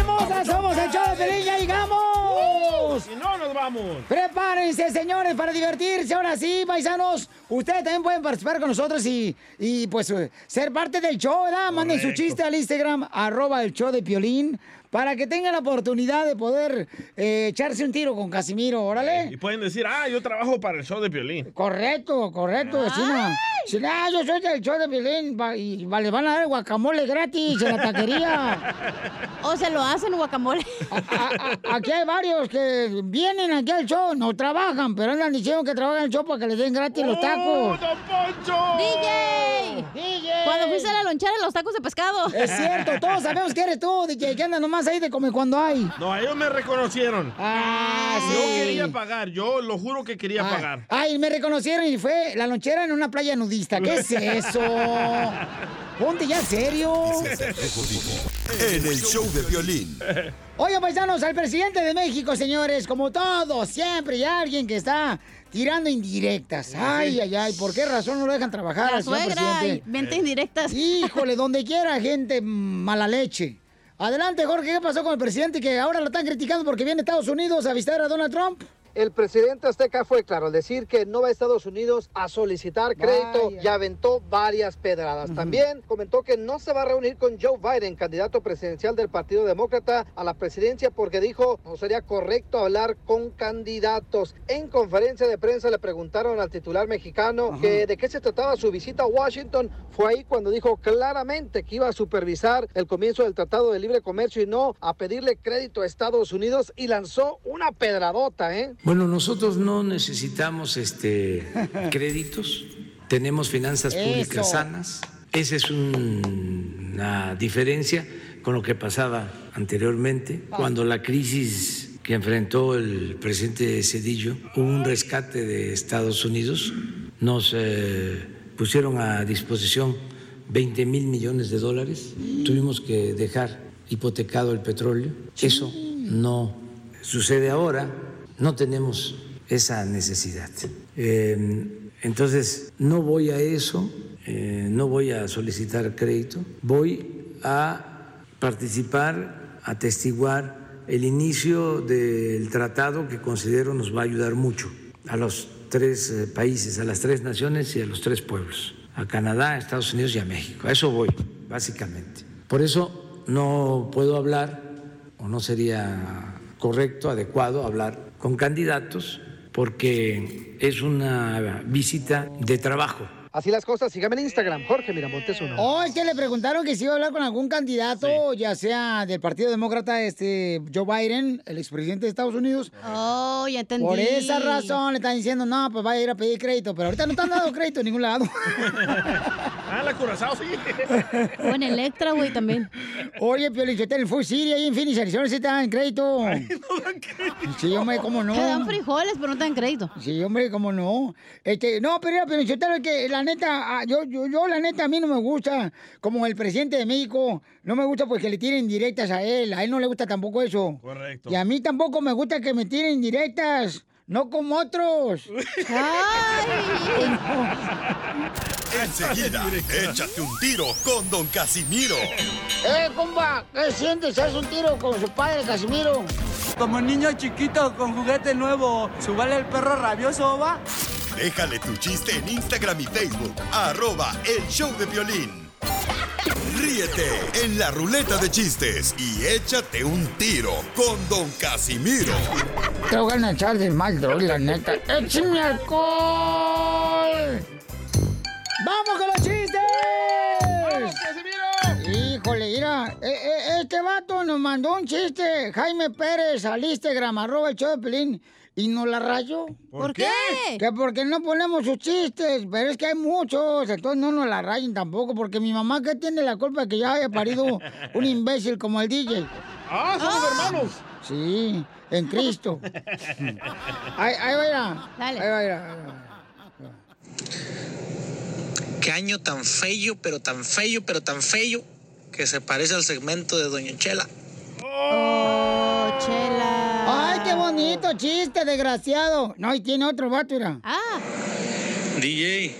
hermosa! ¡Somos el show de Piolín! ¡Ya llegamos! Si no, nos vamos. Prepárense, señores, para divertirse. Ahora sí, paisanos, ustedes también pueden participar con nosotros y, y pues, ser parte del show, ¿verdad? Manden su chiste al Instagram, arroba el show de Piolín para que tengan la oportunidad de poder eh, echarse un tiro con Casimiro, órale. Y pueden decir, ah, yo trabajo para el show de Piolín. Correcto, correcto, vecina. Si no, ah, yo soy del show de Piolín y le van a dar guacamole gratis en la taquería. o se lo hacen guacamole. A, a, a, aquí hay varios que vienen aquí al show, no trabajan, pero andan diciendo que trabajan en el show para que les den gratis los tacos. ¡Oh, don Poncho! ¡DJ! ¡DJ! Cuando fuiste a la lonchera, los tacos de pescado. Es cierto, todos sabemos que eres tú, DJ, que andas nomás ahí de comer cuando hay. No, ellos me reconocieron. Ah, sí. Ah. Yo quería pagar, yo lo juro que quería ay, pagar. Ay, me reconocieron y fue la lonchera en una playa nudista. ¿Qué es eso? Ponte ya serio. En el show de violín. Oye, paisanos, al presidente de México, señores, como todos, siempre hay alguien que está tirando indirectas. Ay, ay, ay, ¿por qué razón no lo dejan trabajar? La suegra, ay, vente indirectas. Eh, Híjole, donde quiera, gente mala leche. Adelante, Jorge, ¿qué pasó con el presidente que ahora lo están criticando porque viene a Estados Unidos a visitar a Donald Trump? El presidente azteca fue claro al decir que no va a Estados Unidos a solicitar crédito Vaya. y aventó varias pedradas. Uh -huh. También comentó que no se va a reunir con Joe Biden, candidato presidencial del Partido Demócrata a la presidencia, porque dijo no sería correcto hablar con candidatos. En conferencia de prensa le preguntaron al titular mexicano uh -huh. que de qué se trataba su visita a Washington. Fue ahí cuando dijo claramente que iba a supervisar el comienzo del Tratado de Libre Comercio y no a pedirle crédito a Estados Unidos y lanzó una pedradota, ¿eh? Bueno, nosotros no necesitamos este, créditos, tenemos finanzas públicas Eso. sanas. Esa es un, una diferencia con lo que pasaba anteriormente, cuando la crisis que enfrentó el presidente Cedillo, hubo un rescate de Estados Unidos, nos eh, pusieron a disposición 20 mil millones de dólares, tuvimos que dejar hipotecado el petróleo, eso no sucede ahora, no tenemos esa necesidad. Eh, entonces, no voy a eso, eh, no voy a solicitar crédito, voy a participar, a testiguar el inicio del tratado que considero nos va a ayudar mucho a los tres eh, países, a las tres naciones y a los tres pueblos, a Canadá, a Estados Unidos y a México. A eso voy, básicamente. Por eso no puedo hablar, o no sería correcto, adecuado hablar con candidatos porque es una visita de trabajo. Así las cosas, sígame en Instagram, Jorge Miramontes uno. Oh, es que le preguntaron que si iba a hablar con algún candidato, sí. ya sea del Partido Demócrata, este Joe Biden, el expresidente de Estados Unidos. Oh, ya entendí. Por esa razón le están diciendo, no, pues va a ir a pedir crédito, pero ahorita no te han dado crédito en ningún lado. ah, la Curazao, sí. o en Electra, güey, también. Oye, Piolichotel, el Full City ahí en Phoenix, Arizona, sí te dan crédito. Ay, no dan crédito. Sí, hombre, cómo no. Te dan frijoles, pero no te dan crédito. Sí, hombre, cómo no. Este, no, pero Piolichotel, es que la neta, ah, yo, yo, yo, la neta, a mí no me gusta, como el presidente de México, no me gusta porque le tiren directas a él, a él no le gusta tampoco eso. Correcto. Y a mí tampoco me gusta que me tiren directas, no como otros. ¡Ay! Enseguida, échate un tiro con don Casimiro. ¡Eh, compa! ¿Qué sientes? ¿Haz un tiro con su padre, Casimiro? Como niño chiquito con juguete nuevo, ¿subale el perro rabioso, va? Déjale tu chiste en Instagram y Facebook. Arroba El Show de Violín. Ríete en la ruleta de chistes y échate un tiro con Don Casimiro. Te voy a echar de mal, doy, la neta. ¡Échame alcohol! ¡Vamos con los chistes! ¡Vamos, Casimiro! Híjole, mira, este vato nos mandó un chiste. Jaime Pérez, al Instagram, arroba el show de Pelín y no la rayo. ¿Por qué? Que porque no ponemos sus chistes, pero es que hay muchos, entonces no nos la rayen tampoco, porque mi mamá que tiene la culpa de que ya haya parido un imbécil como el DJ. ¡Ah, somos hermanos! Sí, en Cristo. ahí, ahí va, mira. Ahí va, mira, ahí va. Qué año tan feo, pero tan feo, pero tan feo, que se parece al segmento de Doña Chela. ¡Oh, chela! ¡Ay, qué bonito chiste, desgraciado! No, y tiene otro vato, mira. ¡Ah! DJ,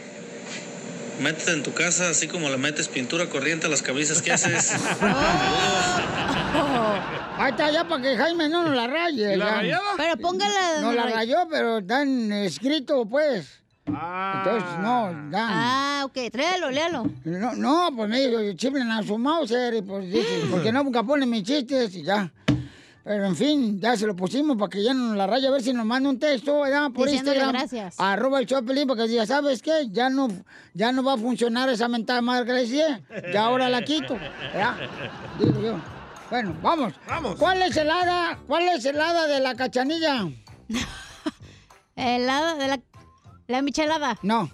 métete en tu casa así como le metes pintura corriente a las cabezas que haces. Ahí está ya para que Jaime no nos la raye. ¿La ya. rayaba? Pero póngala- No la la- rayó, pero tan escrito, pues. Entonces, no, dan. Ah, ok, tráelo, léalo. No, no, pues me chiflan a su Mauser, y pues dice, porque no nunca ponen mis chistes y ya. Pero en fin, ya se lo pusimos para que ya no nos la raya, a ver si nos manda un texto, ¿verdad? Por Diciéndole Instagram. gracias. Arroba el Choplin, porque diga, ¿sabes qué? Ya no, ya no va a funcionar esa mentada madre que le decía. Ya ahora la quito. ¿verdad? Digo yo. Bueno, vamos. Vamos. ¿Cuál es el hada? ¿Cuál es el hada de la cachanilla? El hada de la. La michelada. No.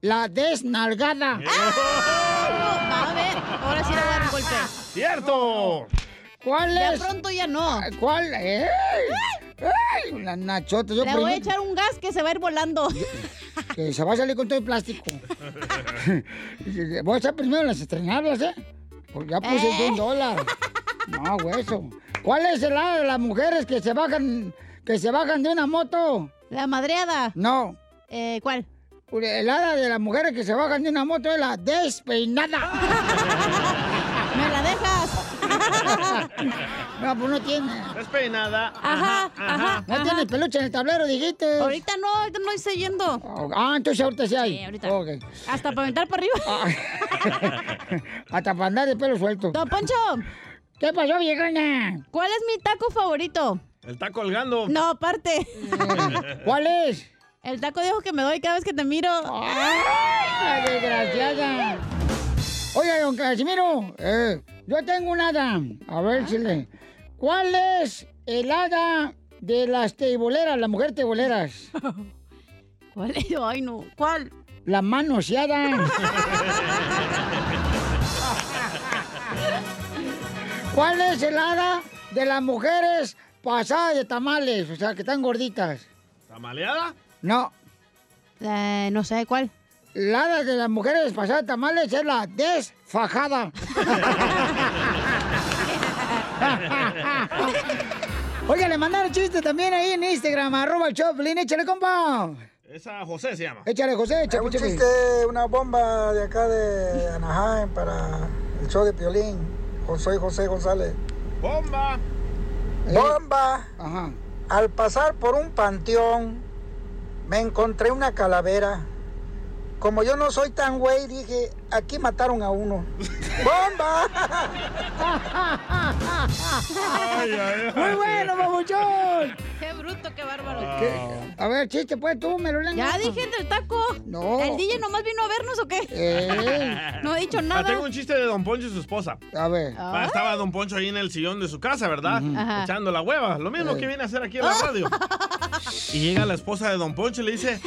La desnalgada. ¡Eh! A ver, ahora sí le voy a dar un golpe. ¡Cierto! ¿Cuál Ya es? pronto ya no. ¿Cuál? ¿Eh? ¡Ey! ¡Ey! Una nachota. Yo Le voy a primero- echar un gas que se va a ir volando. que se va a salir con todo el plástico. Voy a echar primero las estrenarlas, ¿eh? Porque ya puse ¿Eh? el de un dólar. No, hueso. ¿Cuál es el lado de las mujeres que se bajan, que se bajan de una moto? La madreada. Eh, No. Pues, ¿Cuál? El hada de las mujeres que se bajan de una moto es la despeinada. ¡Me la dejas! no, pues no tiene. Despeinada. Ajá, ajá. No tiene peluche en el tablero, dijiste. Ahorita no, ahorita no estoy yendo. Ah, entonces ahorita sí hay. Sí, ahorita. Hasta para aventar para arriba. Hasta Ah, para andar de pelo suelto. Don Poncho. ¿Qué pasó, viejona? ¿Cuál es mi taco favorito? El está colgando. No, aparte. Eh. ¿Cuál es? El taco de ojo que me doy cada vez que te miro. ¡Ay, desgraciada! Oiga, don Casimiro, eh, yo tengo un hada. A ver si le. ¿Cuál es el hada de las teiboleras, las mujeres teiboleras? ¿Cuál es? Ay, no. ¿Cuál? La manoseada. ¿Cuál es el hada de las mujeres pasadas de tamales? O sea, que están gorditas. ¿Tamaleada? No. Eh, no sé cuál. La hada de las mujeres pasadas de tamales es la desfajada. Oiga, le mandaron chiste también ahí en Instagram, arroba el Choplin, échale compa. Esa José se llama. Échale, José, échale. un échale. chiste, una bomba de acá de Anaheim para el show de Piolín. Jo- Soy José González. Eh, ¡Bomba! ¡Bomba! Al pasar por un panteón, me encontré una calavera. Como yo no soy tan güey, dije, aquí mataron a uno. ¡Bomba! Muy bueno, babuchón. Qué bruto, qué bárbaro. Ah. ¿Qué? A ver, chiste, pues tú, me lo Ya dije entre el taco. No. Eh. ¿El DJ nomás vino a vernos o qué? No he dicho nada. Ah, tengo un chiste de Don Poncho y su esposa. A ver. Ah, estaba Don Poncho ahí en el sillón de su casa, ¿verdad? Ujú. Ajá. Eh. Ah. Echando la hueva. Lo mismo que viene a hacer aquí en la radio. Y llega la esposa de Don Poncho y le dice,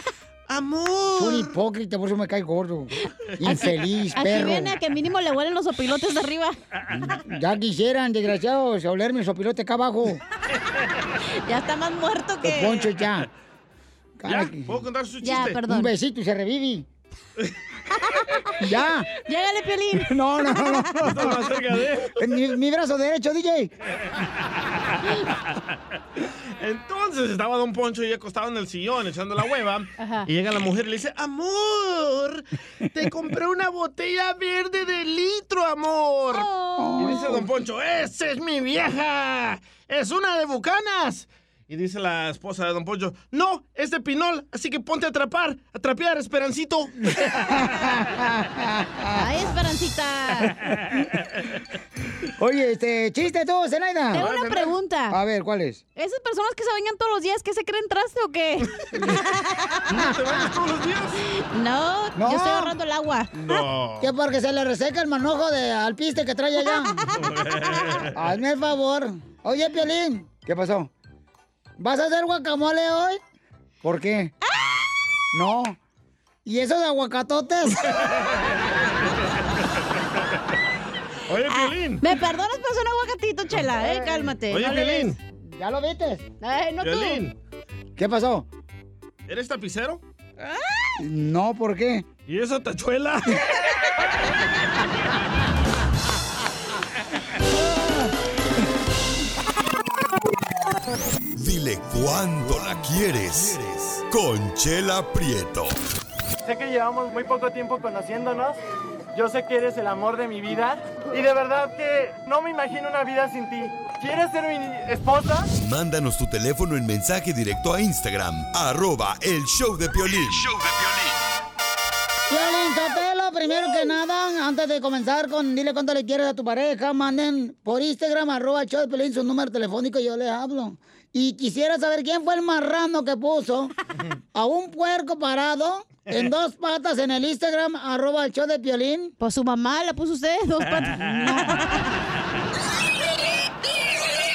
Amor. Un hipócrita, por eso me cae gordo. Infeliz, Aquí perro. viene a que mínimo le huelen los opilotes de arriba. Ya quisieran, desgraciados, olerme el sopilote acá abajo. Ya está más muerto que. Don Poncho, ya. Cara que- ¿puedo contar su Ya, chiste? perdón. Un besito y se revive. ya. Llégale, Piolín. No, no, no. Está más cerca de- Mi, mi brazo derecho, DJ. Entonces estaba Don Poncho y acostado en el sillón echando la hueva. Ajá. Y llega la mujer y le dice, amor, te compré una botella verde de litro, amor. Y dice Don Poncho, esa es mi vieja. Es una de bucanas. Y dice la esposa de Don Poncho, no, es de pinol, así que ponte a atrapar, a trapear, Esperancito. Ay, Esperancita. Oye, este, chiste tú, Zenaida. Tengo una pregunta. A ver, ¿cuál es? Esas personas que se bañan todos los días, ¿qué se creen traste o qué? ¿No te bañas todos los días? No, No. yo estoy ahorrando el agua. No. Que porque se le reseca el manojo de alpiste que trae allá. Hazme el favor. Oye, Piolín. ¿Qué pasó? ¿Vas a hacer guacamole hoy? ¡Ah! ¿Por qué? No. ¿Y esos aguacatotes? Oye, Ah, Piolín. Me perdonas, pero es un aguacatito, chela, eh, cálmate. Oye, no le Piolín. des. Ya lo vete. Ay, no Piolín. ¿Qué pasó? ¿Eres tapicero? No, ¿por qué? ¿Y esa tachuela? Dile cuándo la quieres. Conchela Prieto. Sé que llevamos muy poco tiempo conociéndonos. Yo sé que eres el amor de mi vida. Y de verdad que no me imagino una vida sin ti. ¿Quieres ser mi esposa? Mándanos tu teléfono en mensaje directo a Instagram, arroba el show de Piolín. Piolín Sotelo, primero que nada, antes de comenzar con dile cuánto le quieres a tu pareja, manden por Instagram, arroba el show de Piolín, su número telefónico y yo les hablo. Y quisiera saber quién fue el marrano que puso a un puerco parado en dos patas en el Instagram, arroba el show de Piolín. Pues su mamá la puso usted, dos patas.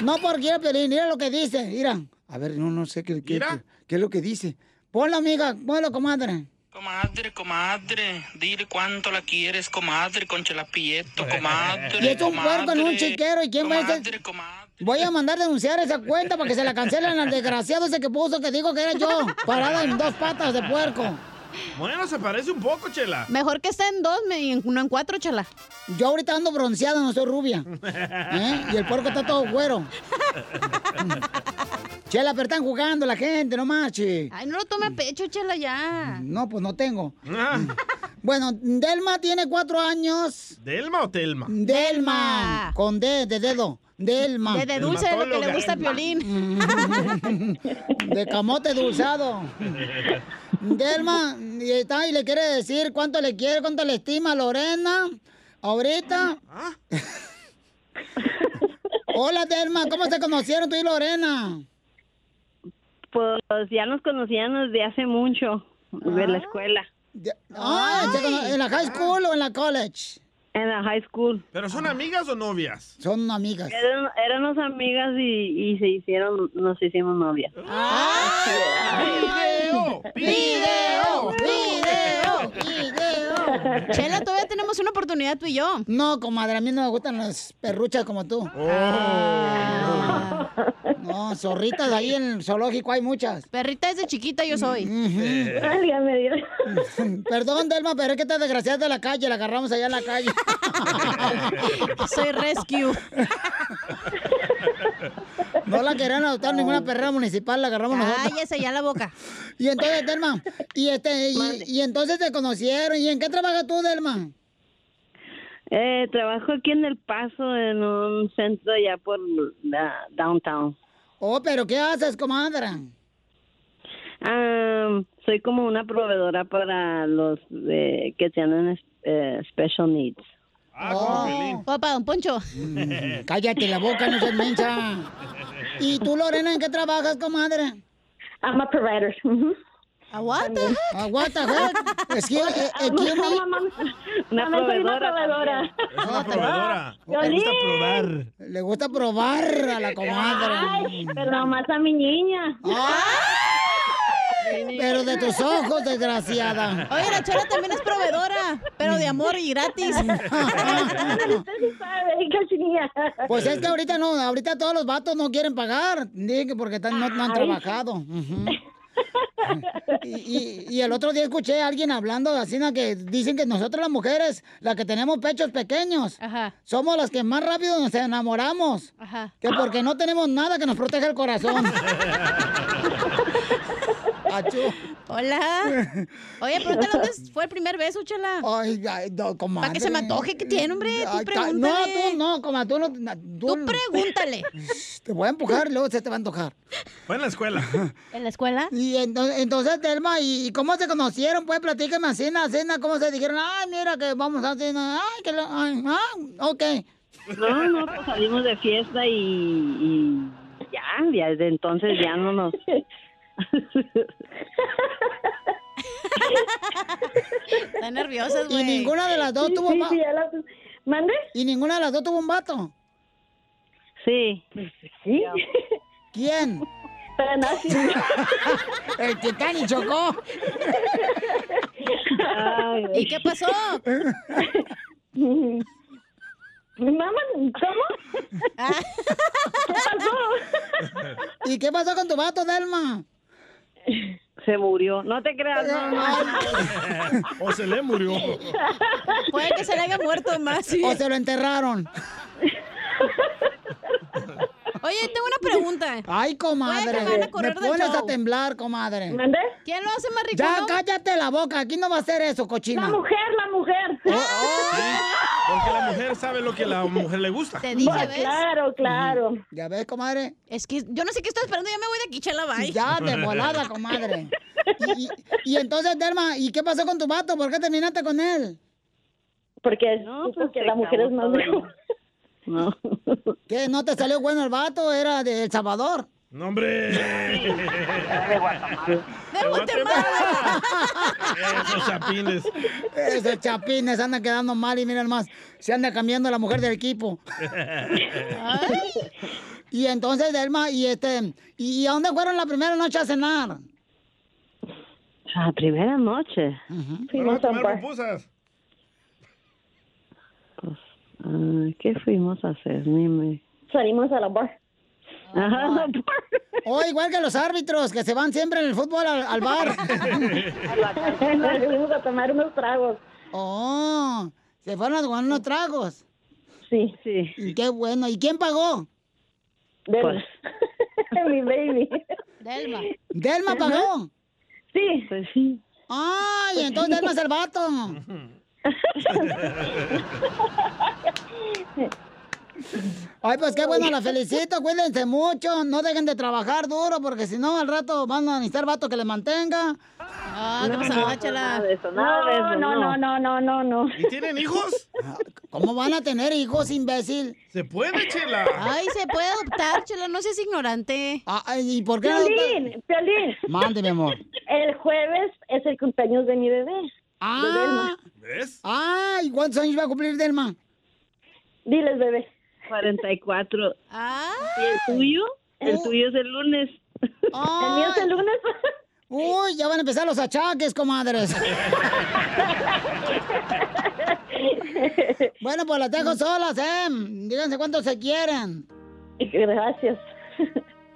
No porque era Piolín, mira lo que dice, mira. A ver, no, no sé qué, qué, qué, qué es lo que dice. Ponlo, amiga, ponlo, comadre. Comadre, comadre, dile cuánto la quieres, comadre, con chelaprieto, comadre. Y es un puerco en un comadre. chiquero y quién va a hacer- Voy a mandar denunciar esa cuenta para que se la cancelen al desgraciado ese que puso que dijo que era yo, parada en dos patas de puerco. Bueno, se parece un poco, Chela. Mejor que esté en dos, me- y en- no en cuatro, chela. Yo ahorita ando bronceada, no soy rubia. ¿Eh? Y el puerco está todo güero. Chela, pero están jugando la gente, no marche. Ay, no lo tome a pecho, chela, ya. No, pues no tengo. Bueno, Delma tiene cuatro años. ¿Delma o Telma? Delma. Con D, de dedo. Delma. De- de dulce, lo que le gusta a Piolín. De camote dulzado. Delma, y, está, y le quiere decir cuánto le quiere, cuánto le estima a Lorena. Ahorita. Hola, Delma, ¿cómo se conocieron tú y Lorena? Pues ya nos conocíamos de hace mucho, de la escuela. Ah, ¿se cono- ¿en la high school o en la college? En la high school. ¿Pero son amigas o novias? Son amigas. Eran, éramos amigas y, y se hicieron, nos hicimos novias. Ah. ¡Video! ¡Video! ¡Video! ¡Video! Chela, todavía tenemos una oportunidad tú y yo. No, comadre, a mí no me gustan las perruchas como tú. No, zorritas ahí en el zoológico hay muchas. Perrita desde chiquita yo soy. Perdón, Delma, pero es que te desgraciaste de la calle, la agarramos allá en la calle. Soy rescue. No la querían adoptar ninguna perrera municipal, la agarramos nosotros. Cállese ya la boca. Y entonces, Delma, y, este, y, y entonces te conocieron. ¿Y en qué trabajas tú, Delma? Eh, trabajo aquí en El Paso, en un centro allá por la downtown. Oh, pero ¿qué haces, comadre? Ah, soy como una proveedora para los eh, que tienen eh, special needs. Ah, Oh. Papá, don Poncho. Mm, Cállate la boca, no seas mencha. ¿Y tú, Lorena, en qué trabajas, comadre? I'm a provider. Aguanta. Aguanta, ¿eh? Es que, eh, eh, ¿quién me- Una Mamá, soy proveedora. Ah, una proveedora. también. Es una Piolín. proveedora. Me gusta Ah. probar. Le gusta probar a la comadre. Ay, pero más a mi niña. Pero de tus ojos, desgraciada. Oye, la Chela también es proveedora, pero de amor y gratis. Pues es que ahorita no, ahorita todos los vatos no quieren pagar, dije, porque están- no, no han Ay. trabajado. Ujú. Y, y- y el otro día escuché a alguien hablando así, ¿no? que dicen que nosotros las mujeres, las que tenemos pechos pequeños, somos las que más rápido nos enamoramos, Ajá. que porque no tenemos nada que nos proteja el corazón. Achú. Hola. ¿Ah? Oye, pregúntale dónde fue el primer beso, Chela. Ay, no, comadre. Para que se me antoje, ¿qué tiene, hombre? Tú Ay, ca- pregúntale. no, tú no, comadre, tú no. na- Tú, pregúntale. Te voy a empujar, luego se te va a antojar. Fue en la escuela. ¿En la escuela? Y ento- entonces, Telma, ¿y y cómo se conocieron? Pues platíqueme, así, en la cena, ¿cómo se dijeron? Ay, mira que vamos a cena, ay, que lo- ay, ah, ok. No, no, pues salimos de fiesta y, y ya, ya desde entonces ya no nos... Están nerviosas, güey. ¿Y ninguna de las dos tuvo un vato? ¿Mande? ¿Y ninguna de las dos tuvo un vato? Sí. ¿Sí? ¿Quién? El Titanic chocó. ¿Y qué pasó? Mamá, ¿cómo? ¿Qué pasó? ¿Y qué pasó con tu vato, Delma? Se murió. No te creas, no. O se le murió. Puede que se le haya muerto más. sí. O se lo enterraron. Oye, tengo una pregunta. Ay, comadre. Voy a acabar de Me correr del pones show. a temblar, comadre. ¿Mande? ¿Quién lo hace más rico, Eh. Ya, no? cállate la boca. Aquí no va a ser eso, cochina. La mujer, la mujer. Ah. Porque la mujer sabe lo que a la mujer le gusta. Ah, Te dije, ¿ves? Ujú. Ya ves, comadre. Es que yo no sé qué estoy esperando, ya me voy de aquí, chela, bye. Ya, de volada, comadre. Y, y- y entonces, Delma, ¿y qué pasó con tu vato? ¿Por qué terminaste con él? Porque supo que la mujer es más buena. ¿Qué? ¿No te salió bueno el vato? ¿Era de El Salvador? No, hombre. ¡De Guatemala! Esos chapines. Esos chapines andan quedando mal y miren más, se anda cambiando la mujer del equipo. Y entonces, Delma, y este, ¿y a dónde fueron la primera noche a cenar? La primera noche. Vamos Fuimos a a comer un bar. pupusas. Ah, ¿Qué fuimos a hacer? Dime. Salimos a la bar. Ajá. O Ah, Oh, igual que los árbitros que se van siempre en el fútbol al, al bar. Fuimos a tomar unos tragos. Oh, se fueron a tomar unos tragos. Sí, sí. Y qué bueno. ¿Y quién pagó? Delma. Mi baby. Delma. ¿Delma pagó? Sí. Pues sí. Pues Ay, entonces Delma es el vato. Ay, pues qué bueno, la felicito, cuídense mucho, no dejen de trabajar duro, porque si no, al rato van a necesitar vato que les mantenga. Ah, no, no, nada de eso, nada de eso, no, no. no, no, no, no, no. ¿Y tienen hijos? ¿Cómo van a tener hijos, imbécil? Se puede, chela. Ay, se puede adoptar, chela, no seas ignorante. Ay, ¿y por qué no adopta- Piolín, Piolín. Mande, mi amor. El jueves es el cumpleaños de mi bebé. de Delma. Ah, Ay, ¿cuántos años va a cumplir Delma? Diles, bebé. 44. ¿Y el tuyo? El tuyo es el lunes. El mío es el lunes. Uy, ya van a empezar los achaques, comadres. bueno, pues las dejo solas, ¿eh? Díganse cuánto se quieren. Gracias.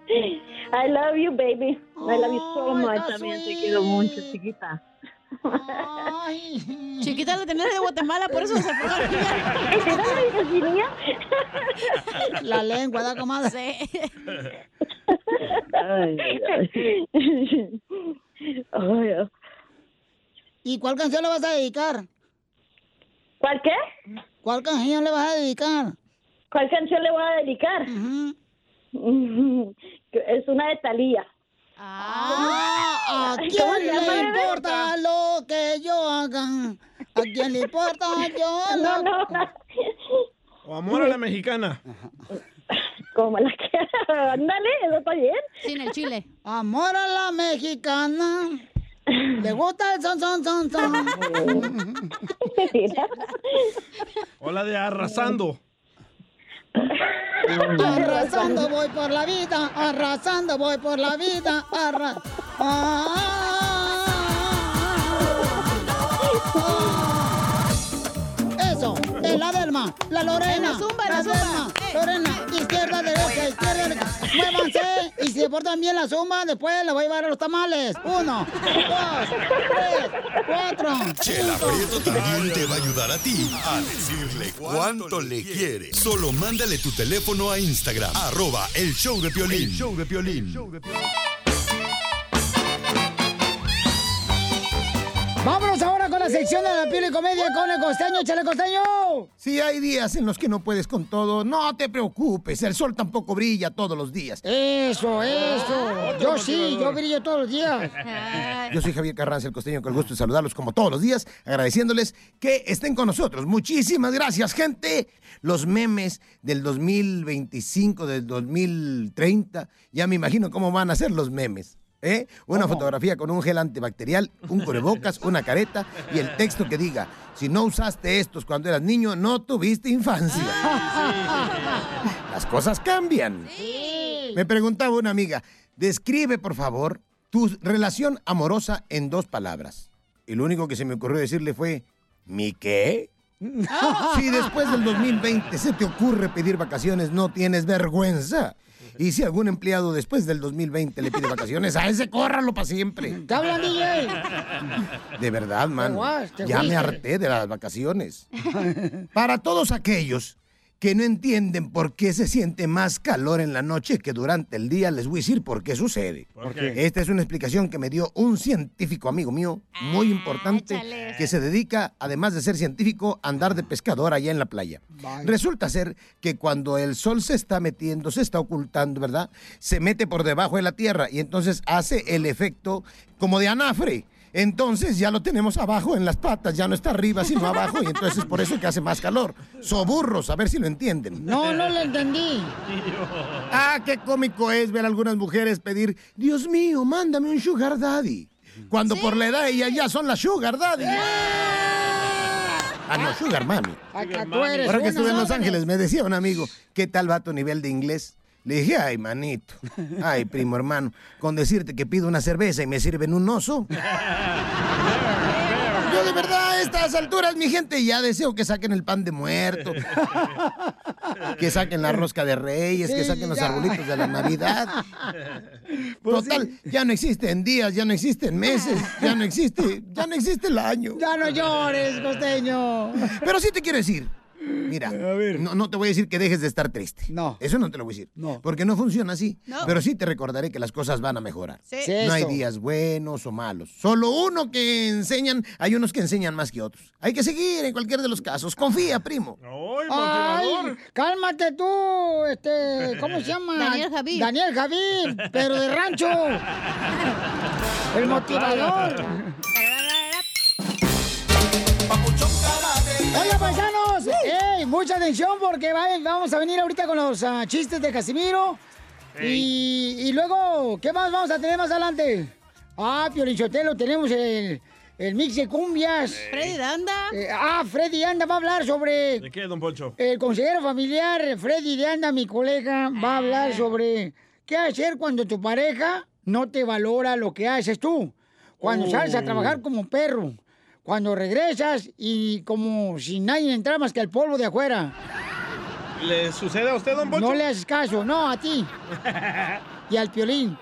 I love you, baby. I love you so much. También te quiero mucho, chiquita. Chiquita la tenés de Guatemala, por eso se fue. La lengua, da comadre. ¿Y cuál canción le vas a dedicar? ¿Cuál qué? ¿Cuál canción le vas a dedicar? ¿Cuál canción le voy a dedicar? Es una de Talía. Ah, ¿A quién le importa lo que yo haga? ¿A quién le importa yo? No, no. O amor a la mexicana. Como la que. Ándale, eso está bien. Sin el chile. Amor a la mexicana. ¿Le gusta el son, son, son, son? O la de arrasando. Arrasando voy por la vida, arrasando voy por la vida, arra... Ah. Eso, es la Delma, la Lorena, la, Eh. Delma, Lorena, izquierda, derecha, izquierda, derecha. Muévanse y si se portan bien la suma, después la voy a llevar a los tamales. Uno, dos, tres, cuatro. Chela Prieto también te va a ayudar a ti a decirle cuánto le quiere. Solo mándale tu teléfono a Instagram, arroba el show de Piolín. show de Piolín. Vámonos ahora con la sección de la piel y comedia con el costeño, chale costeño. Si hay días en los que no puedes con todo, no te preocupes, el sol tampoco brilla todos los días. Ah, Eso, eso. Yo sí, yo motivador. brillo todos los días. Yo soy Javier Carranza, el costeño, con el gusto de saludarlos como todos los días, agradeciéndoles que estén con nosotros. Muchísimas gracias, gente. Los memes del 2025, del 2030, ya me imagino cómo van a ser los memes. ¿eh? Una fotografía con un gel antibacterial, un cubrebocas, una careta y el texto que diga, si no usaste estos cuando eras niño, no tuviste infancia. Las cosas cambian. Me preguntaba una amiga, describe por favor tu relación amorosa en dos palabras. Y lo único que se me ocurrió decirle fue, ¿mi qué? Si después del 2020 se te ocurre pedir vacaciones, no tienes vergüenza. Y si algún empleado después del 2020 le pide vacaciones, a ese córralo para siempre. ¿Te hablan, DJ? De verdad, man. guas- te Ya me fuiste. harté de las vacaciones. Para todos aquellos que no entienden por qué se siente más calor en la noche que durante el día, les voy a decir por qué sucede. ¿Por qué? Esta es una explicación que me dio un científico amigo mío, muy importante, échale. que se dedica, además de ser científico, a andar de pescador allá en la playa. Vaya. Resulta ser que cuando el sol se está metiendo, se está ocultando, ¿verdad? Se mete por debajo de la tierra y entonces hace el efecto como de anafre. Entonces ya lo tenemos abajo en las patas, ya no está arriba sino abajo y entonces es por eso que hace más calor. Soburros, a ver si lo entienden. No, no lo entendí. Ah, qué cómico es ver a algunas mujeres pedir, Dios mío, mándame un sugar daddy. Cuando por la edad ellas ya son las sugar daddy. Ah, no, sugar mami. Acá tú eres Ahora que una. estuve en Los Ángeles, me decía un amigo, ¿qué tal va tu nivel de inglés? Le dije, ay, manito, ay, primo hermano, con decirte que pido una cerveza y me sirven un oso. Yo de verdad, a estas alturas, mi gente, ya deseo que saquen el pan de muerto, que saquen la rosca de reyes, que Sí, saquen los ya. arbolitos de la Navidad. Pues Total, ya no existen días, ya no existen meses, ya no existe, ya no existe el año. Ya no llores, pues costeño. Pero sí te quiero decir, mira, No, no te voy a decir que dejes de estar triste. No. Eso no te lo voy a decir. No. Porque no funciona así. No. Pero sí te recordaré que las cosas van a mejorar. Sí. Sí, No hay eso. días buenos o malos. Solo uno que enseñan, hay unos que enseñan más que otros. Hay que seguir en cualquier de los casos. Confía, primo. Ay, cálmate tú, este, ¿cómo se llama? Daniel Javid. Daniel Javid, pero de rancho. El motivador. Oiga, paisanos, ey, mucha atención porque va- vamos a venir ahorita con los ah, chistes de Casimiro. Y, y luego, ¿qué más vamos a tener más adelante? Ah, Piolinchotelo, tenemos el, el mix de cumbias. Freddy Danda. Eh, ah, Freddy Anda va a hablar sobre ¿De qué, don Poncho? el consejero familiar Freddy de Anda, mi colega, va a hablar sobre qué hacer cuando tu pareja no te valora lo que haces tú. Cuando Oh. sales a trabajar como perro. Cuando regresas y como si nadie entrara más que el polvo de afuera. ¿Le sucede a usted, don Poncho? No le haces caso, no, a ti. Y al piolín.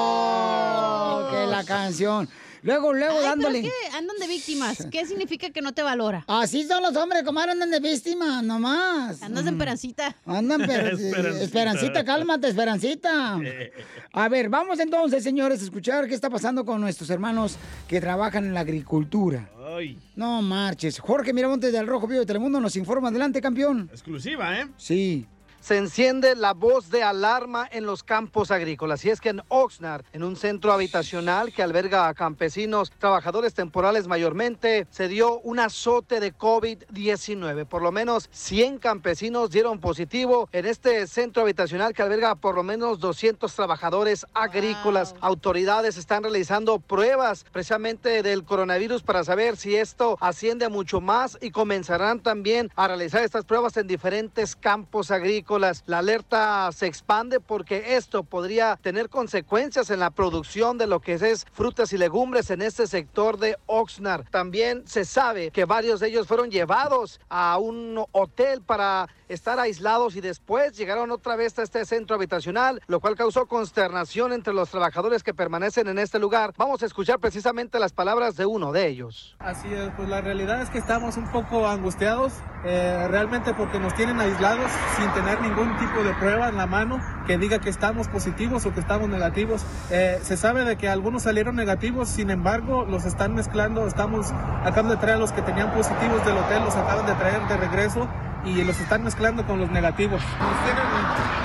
Oh, que la canción. Luego, luego Ay, pero dándole. es que andan de víctimas. ¿Qué significa que no te valora? Así son los hombres, comadre, andan de víctima, nomás. Mm. Andas en Esperancita. Andan, pero, Esperancita. esperancita. cálmate, Esperancita. Eh. A ver, vamos entonces, señores, a escuchar qué está pasando con nuestros hermanos que trabajan en la agricultura. Ay, No marches. Jorge Miramontes del Rojo Vivo de Telemundo nos informa. Adelante, campeón. exclusiva, ¿eh? Sí. se enciende la voz de alarma en los campos agrícolas. Y es que en Oxnard, en un centro habitacional que alberga a campesinos, trabajadores temporales mayormente, se dio un azote de COVID-19. Por lo menos 100 campesinos dieron positivo en este centro habitacional que alberga por lo menos 200 trabajadores agrícolas. Autoridades están realizando pruebas precisamente del coronavirus para saber si esto asciende a mucho más y comenzarán también a realizar estas pruebas en diferentes campos agrícolas. La alerta se expande porque esto podría tener consecuencias en la producción de lo que es frutas y legumbres en este sector de Oxnard. También se sabe que varios de ellos fueron llevados a un hotel para estar aislados y después llegaron otra vez a este centro habitacional, lo cual causó consternación entre los trabajadores que permanecen en este lugar. Vamos a escuchar precisamente las palabras de uno de ellos. Así es, pues la realidad es que estamos un poco angustiados, eh, realmente porque nos tienen aislados sin tener ningún tipo de prueba en la mano que diga que estamos positivos o que estamos negativos. Eh, se sabe de que algunos salieron negativos, sin embargo, los están mezclando, estamos, acaban de traer a los que tenían positivos del hotel, los acaban de traer de regreso y los están mezclando con los negativos. Nos tienen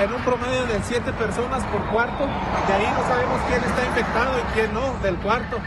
en un promedio de siete personas por cuarto, de ahí no sabemos quién está infectado y quién no del cuarto.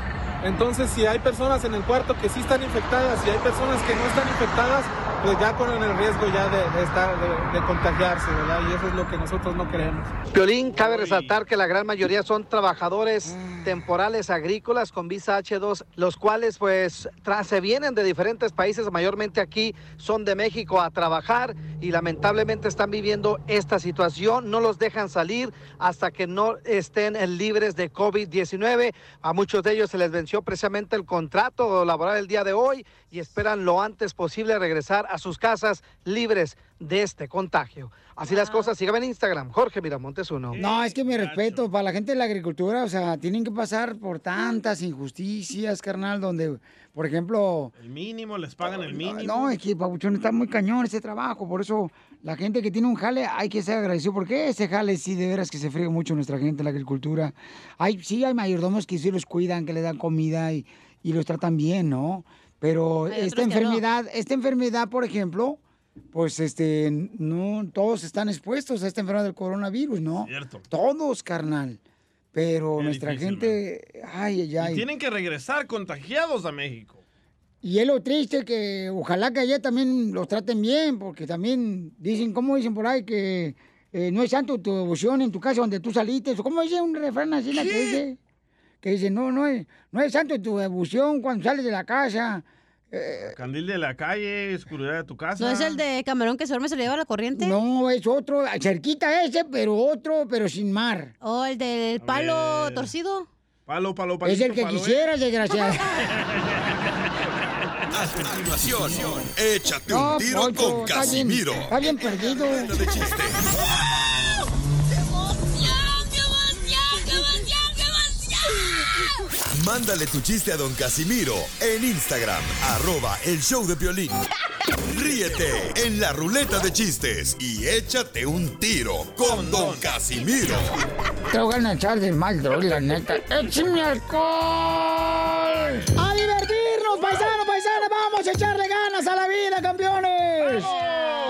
Entonces, si hay personas en el cuarto que sí están infectadas y hay personas que no están infectadas, pues ya corren el riesgo ya de, de estar, de, de contagiarse, ¿verdad? Y eso es lo que nosotros no queremos. Piolín, cabe resaltar que la gran mayoría son trabajadores temporales agrícolas con visa H2, los cuales pues tra- se vienen de diferentes países, mayormente aquí son de México a trabajar y lamentablemente están viviendo esta situación, no los dejan salir hasta que no estén eh, libres de COVID-19. A muchos de ellos se les venció venció precisamente el contrato laboral el día de hoy y esperan lo antes posible regresar a sus casas libres de este contagio. Así las cosas, síganme en Instagram, Jorge Miramontes uno. No, es que mi respeto para la gente de la agricultura, o sea, tienen que pasar por tantas injusticias, carnal, donde, por ejemplo, El mínimo, les pagan el mínimo. no, es que Pabuchón está muy cañón ese trabajo, por eso la gente que tiene un jale hay que ser agradecido, porque ese jale sí de veras que se friega mucho nuestra gente en la agricultura. Hay, sí hay mayordomos que sí los cuidan, que les dan comida y, y los tratan bien, ¿no? Pero Hay esta otros que no. enfermedad, esta enfermedad, por ejemplo, pues este, no todos están expuestos a esta enfermedad del coronavirus, ¿no? Cierto. Todos, carnal. Pero nuestra difícil, gente, ay, ay, ay. Y tienen que regresar contagiados a México. Y es lo triste que ojalá que allá también los traten bien, porque también dicen, ¿cómo dicen por ahí? Que eh, no es santo tu devoción en tu casa donde tú saliste. ¿O ¿Cómo dice un refrán así la que dice? Que dice, no, no es, no es santo tu devoción cuando sales de la casa. Eh. Candil de la calle, oscuridad de tu casa. ¿No es el de Camarón que se duerme se le lleva la corriente? No, es otro, cerquita ese, pero otro, pero sin mar. ¿O Oh, el del palo torcido? Palo, palo, Es palito, el que palo, ¿eh? quisieras, desgraciado. A continuación, échate un No, tiro Poncho, con está bien- Casimiro. Este Está bien perdido. Mándale tu chiste a don Casimiro en Instagram, arroba el show de violín. Ríete en la ruleta de chistes y échate un tiro con don Casimiro. Tengo ganas de echar de mal, droga, la neta. Eh, ¡Échame alcohol! ¡A divertirnos, paisanos, paisanas! ¡Vamos a echarle ganas a la vida, campeones!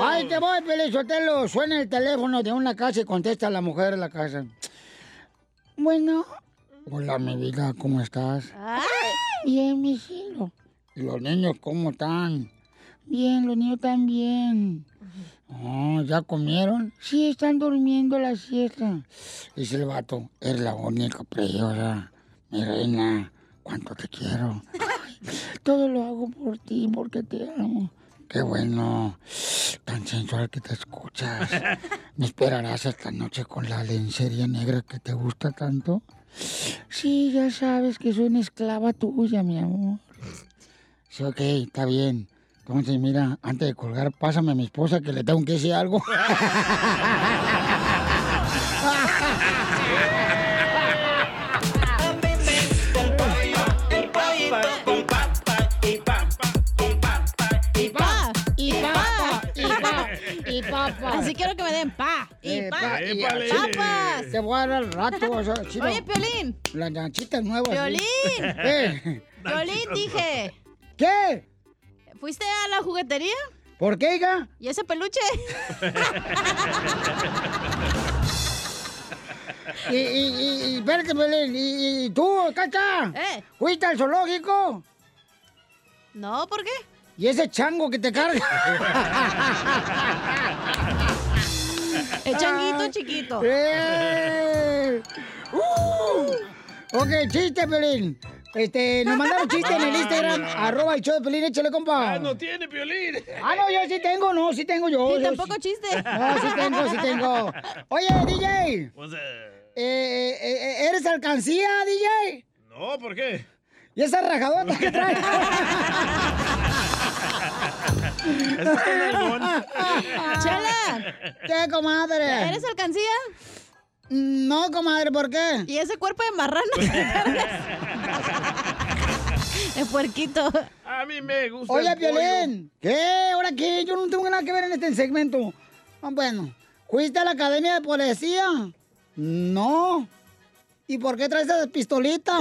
¡Ahí te voy, Pelizotelo! Suena el teléfono de una casa y contesta la mujer de la casa. Bueno. Hola, mi vida, ¿cómo estás? Bien, mi cielo. ¿Y los niños cómo están? Bien, los niños también. Oh, ¿Ya comieron? Sí, están durmiendo la siesta. Dice el vato, es la única preciosa, mi reina, cuánto te quiero. Todo lo hago por ti, porque te amo. Qué bueno, tan sensual que te escuchas. ¿Me esperarás esta noche con la lencería negra que te gusta tanto? Sí, ya sabes que soy una esclava tuya, mi amor. Sí, ok, está bien. Entonces, mira, antes de colgar, pásame a mi esposa que le tengo que decir algo. Y pa, y pa, y pa, y papa. Así quiero que me den pa, y Eh, pa, pa- y y- papas. Te voy a dar al rato, o sea, chino. Oye, Piolín. Las ganchitas nuevas. Piolín. ¿Eh? Piolín, dije, ¿Qué? ¿fuiste a la juguetería? ¿Por qué, hija? ¿Y ese peluche? Y, y, y, y espérate, Piolín. ¿Y, y tú, caca? ¿Eh? ¿Fuiste al zoológico? No, ¿por qué? ¿Y ese chango que te carga? El changuito chiquito. ¡Eh! ¡Uh! Ok, chiste, Pelín. Este, nos mandaron chiste en el Instagram, arroba el show de Pelín, échale, compa. Ah, no tiene violín. Ah, no, yo sí tengo, no, sí tengo yo. Sí, yo tampoco chiste. No, sí tengo, sí tengo. Oye, DJ, eh, eh, ¿eres alcancía, DJ? No, ¿por qué? ¿Y esa rajadota que traes? Estás con el bon. Chala. ¿Qué, comadre? ¿Eres alcancía? No, comadre, ¿por qué? ¿Y ese cuerpo de marrano que cargas? El puerquito. A mí me gusta. Oye, el pollo. Piolín, ¿qué? ¿Ahora qué? Yo no tengo nada que ver en este segmento. Ah, bueno, ¿fuiste a la academia de policía? No. ¿Y por qué traes esa pistolita?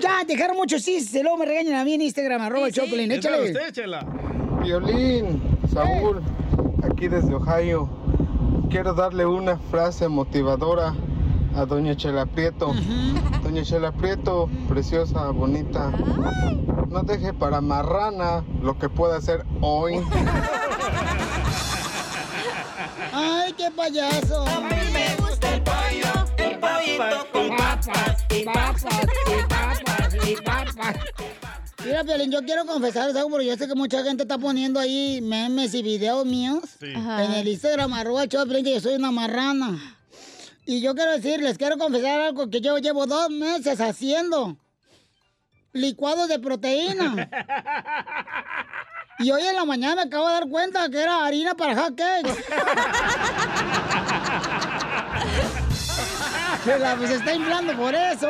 ya, dejaron muchos sí, se luego me regañan a mí en Instagram, arroba el Choplin, Entra échale. usted, chela. Violín, Saúl, Eh. aquí desde Ohio. Quiero darle una frase motivadora a Doña Chela Prieto. Doña Chela Prieto, preciosa, bonita. No deje para marrana lo que pueda hacer hoy. Ay, qué payaso. A mí me gusta el pollo, el pollito con papas, y papas, y papas, y papas. Mira, Piolín, yo quiero confesarles algo porque yo sé que mucha gente está poniendo ahí memes y videos míos Sí. Ajá. en el Instagram, arroba el show de Piolín, que yo soy una marrana. Y yo quiero decirles, quiero confesar algo que yo llevo dos meses haciendo. Licuados de proteína. Y hoy en la mañana me acabo de dar cuenta que era harina para hotcakes. Se la- se está inflando por eso.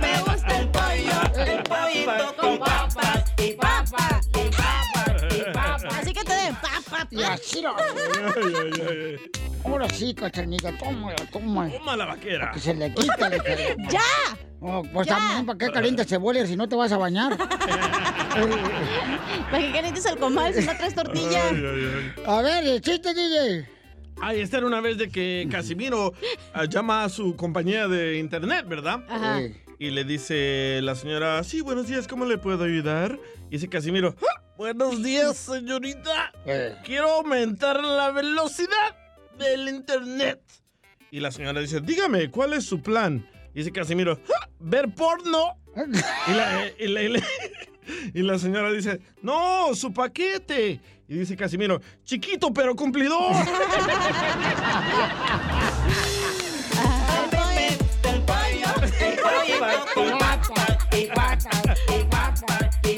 Me gusta el pollo, el pollito con papas y papas y papas y papas. Así que te den pa, pa, pa. Y así lo- Ahora sí, cachanilla, tómala, tómala. Toma la vaquera. Que se le quita. le queda. ¡Ya! Oh, pues Ya. también, ¿para qué calientas cebolla si no te vas a bañar? ¿Para qué calientes el comal si no traes tortilla? Ay, ay, A ver, el chiste, DJ. Ay, esta era una vez de que Casimiro ah, llama a su compañía de internet, ¿verdad? Ajá. Sí. Y le dice la señora, sí, buenos días, ¿cómo le puedo ayudar? Y dice Casimiro, "Ah, buenos días, señorita. Quiero aumentar la velocidad del internet. Y la señora dice, dígame, ¿cuál es su plan? Y dice Casimiro, "Ah, ver porno. y, la, eh, y la- y la- y la señora dice, no, su paquete. Y dice Casimiro, chiquito pero cumplidor. El pollo, el pollito con papas y papas y papas y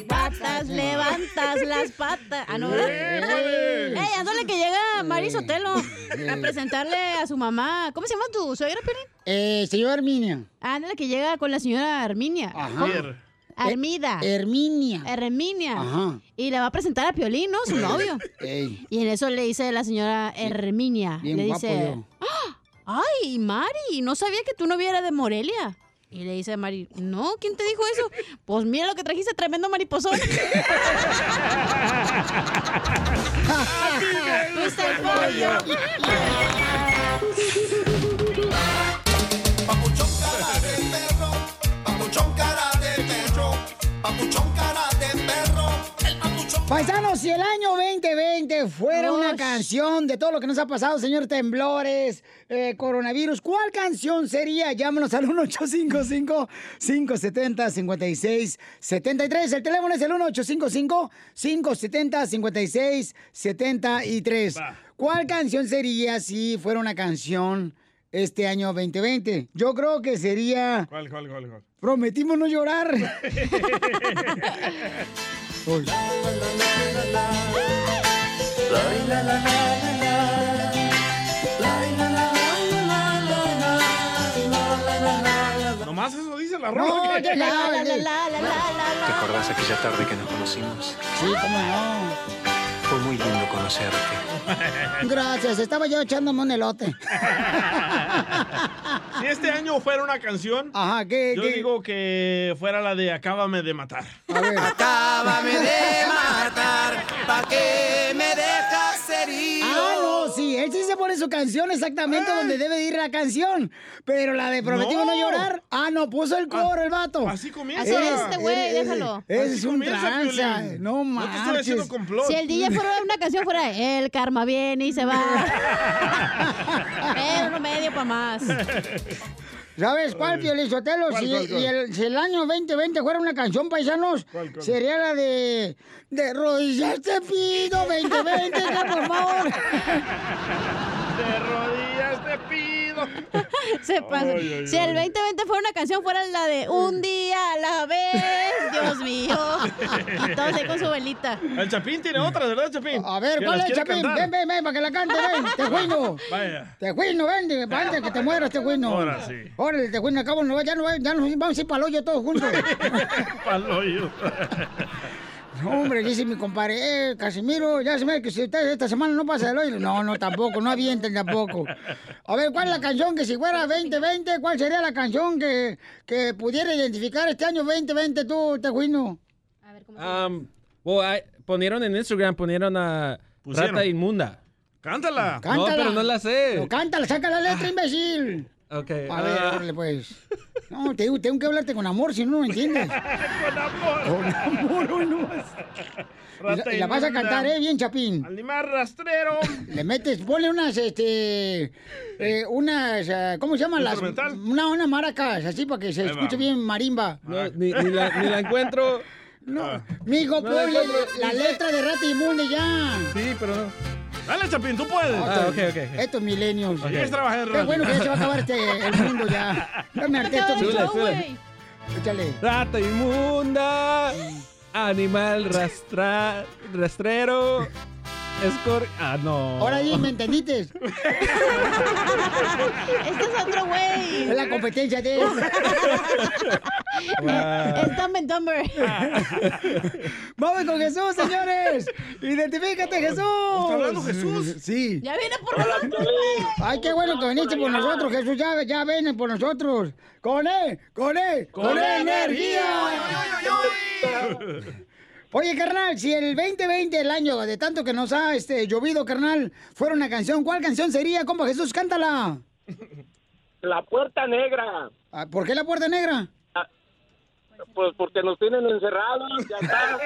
papas. Patas, levantas las patas. Ah, no, ¿verdad? ¡Épale! ¡Ey, ándale que llega Mari Sotelo a presentarle a su mamá. ¿Cómo se llama tu suegra, Piolín? Eh, señora Arminia. Ándale que llega con la señora Arminia. ¿Cómo? Armida. Herminia. Herminia. Ajá. Y la va a presentar a Piolín, ¿no? Su novio. Ey, Y en eso le dice la señora Herminia. bien le guapo dice, yo. "Ah, ay, Mari, no sabía que tú novia era de Morelia. Y le dice a Mari, no, ¿quién te dijo eso? Pues mira lo que trajiste, tremendo mariposón. Gusta el pollo. Papuchón cara de perro, papuchón cara de perro, el papuchón. Paisanos, si el año 2020 fuera una canción de todo lo que nos ha pasado, señor temblores, eh, coronavirus, ¿cuál canción sería? Llámanos al 1-855-570-5673. El teléfono es el 1-855-570-5673. ¿Cuál canción sería si fuera una canción este año 2020? Yo creo que sería ¿Cuál, cuál, cuál, cuál? Prometimos no llorar. Uy. Nomás eso dice la rola. No, que- ya la, la, la, ¿Te acordás aquella tarde que nos conocimos? Sí, cómo no. Fue muy lindo conocerte. Gracias, estaba yo echándome un elote. Si este año fuera una canción, yo digo que fuera la de Acábame de matar. Acábame de matar, ¿pa' qué me dejas herido? Ah, no, sí, él sí se pone su canción exactamente donde debe de ir la canción. Pero la de Prometido no, No. llorar, ah, no, puso el coro el vato. Así comienza. Así es este güey, déjalo. Ese Así es un comienza, tranza, Piolín. no No te manches. estoy haciendo complot. Si el DJ fuera una canción fuera, el karma viene y se va. Pero no medio para más. ¿Sabes cuál, Piolín Sotelo? ¿Cuál, Si, cuál, cuál? y el, si el año 2020 fuera una canción, paisanos, ¿Cuál, cuál? sería la de... De rodillas te pido, 2020, ya, por favor. De rodillas te pido. Se pasó. Ay, ay, si el ay. 2020 fuera una canción, fuera la de Un día a la vez, Dios mío. Y todos ahí con su velita. El Chapín tiene otras, ¿verdad, Chapín? A ver, ¿cuál es, Chapín? Ven, ven, ven, para que la cante, ven, te juino. Vaya. Te juino, ven, vente, que te mueras, te juino. Ahora sí. Órale, te juino, acabo, no, ya, no, ya nos vamos a ir para el hoyo todos juntos. Palo yo. No, hombre, dice mi compadre, eh, Casimiro, ya se me que si usted esta semana no pasa del hoyo. No, no, tampoco, no avienten tampoco. A ver, ¿cuál es la Mm. canción que si fuera Pues, 2020, cuál sería la canción que, que pudiera identificar este año 2020 tú, Tejuino? Um, well, I- ponieron en Instagram, ponieron a Pusieron. Rata Inmunda. Cántala. No, pero no la sé. Ah. No, cántala, saca la letra, imbécil. Ok. A ver, ah, órale, pues. No, te digo, tengo que hablarte con amor, si no, no me entiendes. Con amor. Con amor, uno más. Y la, y la vas a cantar, ¿eh? Bien, Chapín. Animar rastrero. Le metes, ponle unas, este, eh, unas, ah, ¿cómo se llaman las? ¿Instrumental? Una, unas maracas, así para que se Ahí va. escuche bien marimba. no, ni, ni la, ni la encuentro. No. Mijo, No, ponle no, no, la no. letra de Rata Inmunda ya. Sí, pero no. Dale, Chapín, tú puedes. Ah, Ah, ok, ok. Estos milenios. Aquí es trabajar, Qué bueno que ya se va a acabar este, el mundo ya. No me harté estos Súbele, milenios. súbele. Échale. Rata inmunda. Animal rastra, rastrero. Escor... Ah, no. Ahora ahí, ¿me entendiste? este es Este otro güey. Es la competencia de él. Ah. Es Dumb and Dumber. ¡Vamos con Jesús, señores! ¡Identifícate, Jesús! ¿Está hablando Jesús? Sí. ¡Ya viene por nosotros! ¡Ay, qué bueno que viniste por nosotros, Jesús! ¡Ya, ya vienen por nosotros! ¡Con él! ¡Con él! ¡Con energía! Oye, carnal, si el 2020, el año de tanto que nos ha este, llovido, carnal, fuera una canción, ¿cuál canción sería? Compa Jesús, cántala. La puerta negra. Ah, ¿Por qué la puerta negra? Pues porque nos tienen encerrados, ya está.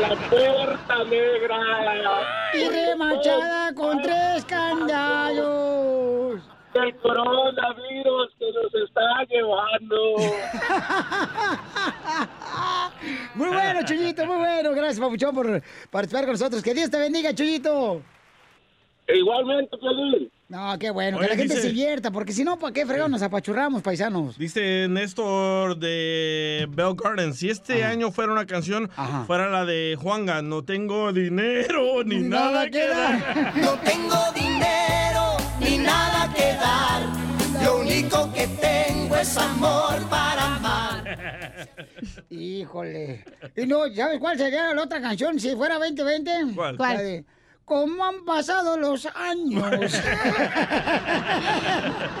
La puerta negra. Y remachada Ah, con tres candallos. El coronavirus que nos está llevando. Muy bueno, Chuyito, muy bueno. Gracias, Papuchón, por participar con nosotros. Que Dios te bendiga, Chuyito. Igualmente, Piolín. No, qué bueno, Oye, que la gente dice- se divierta, porque si no, ¿para qué fregón nos apachurramos, paisanos? Dice Néstor de Bell Garden, si este año fuera una canción, fuera la de Juanga, no tengo dinero ni nada, que dar. No tengo dinero ni nada que dar. Lo único que tengo es amor para amar. Híjole. Y no, ¿sabes cuál sería la otra canción si fuera 2020? ¿Cuál? La de, ¿Cómo han pasado los años?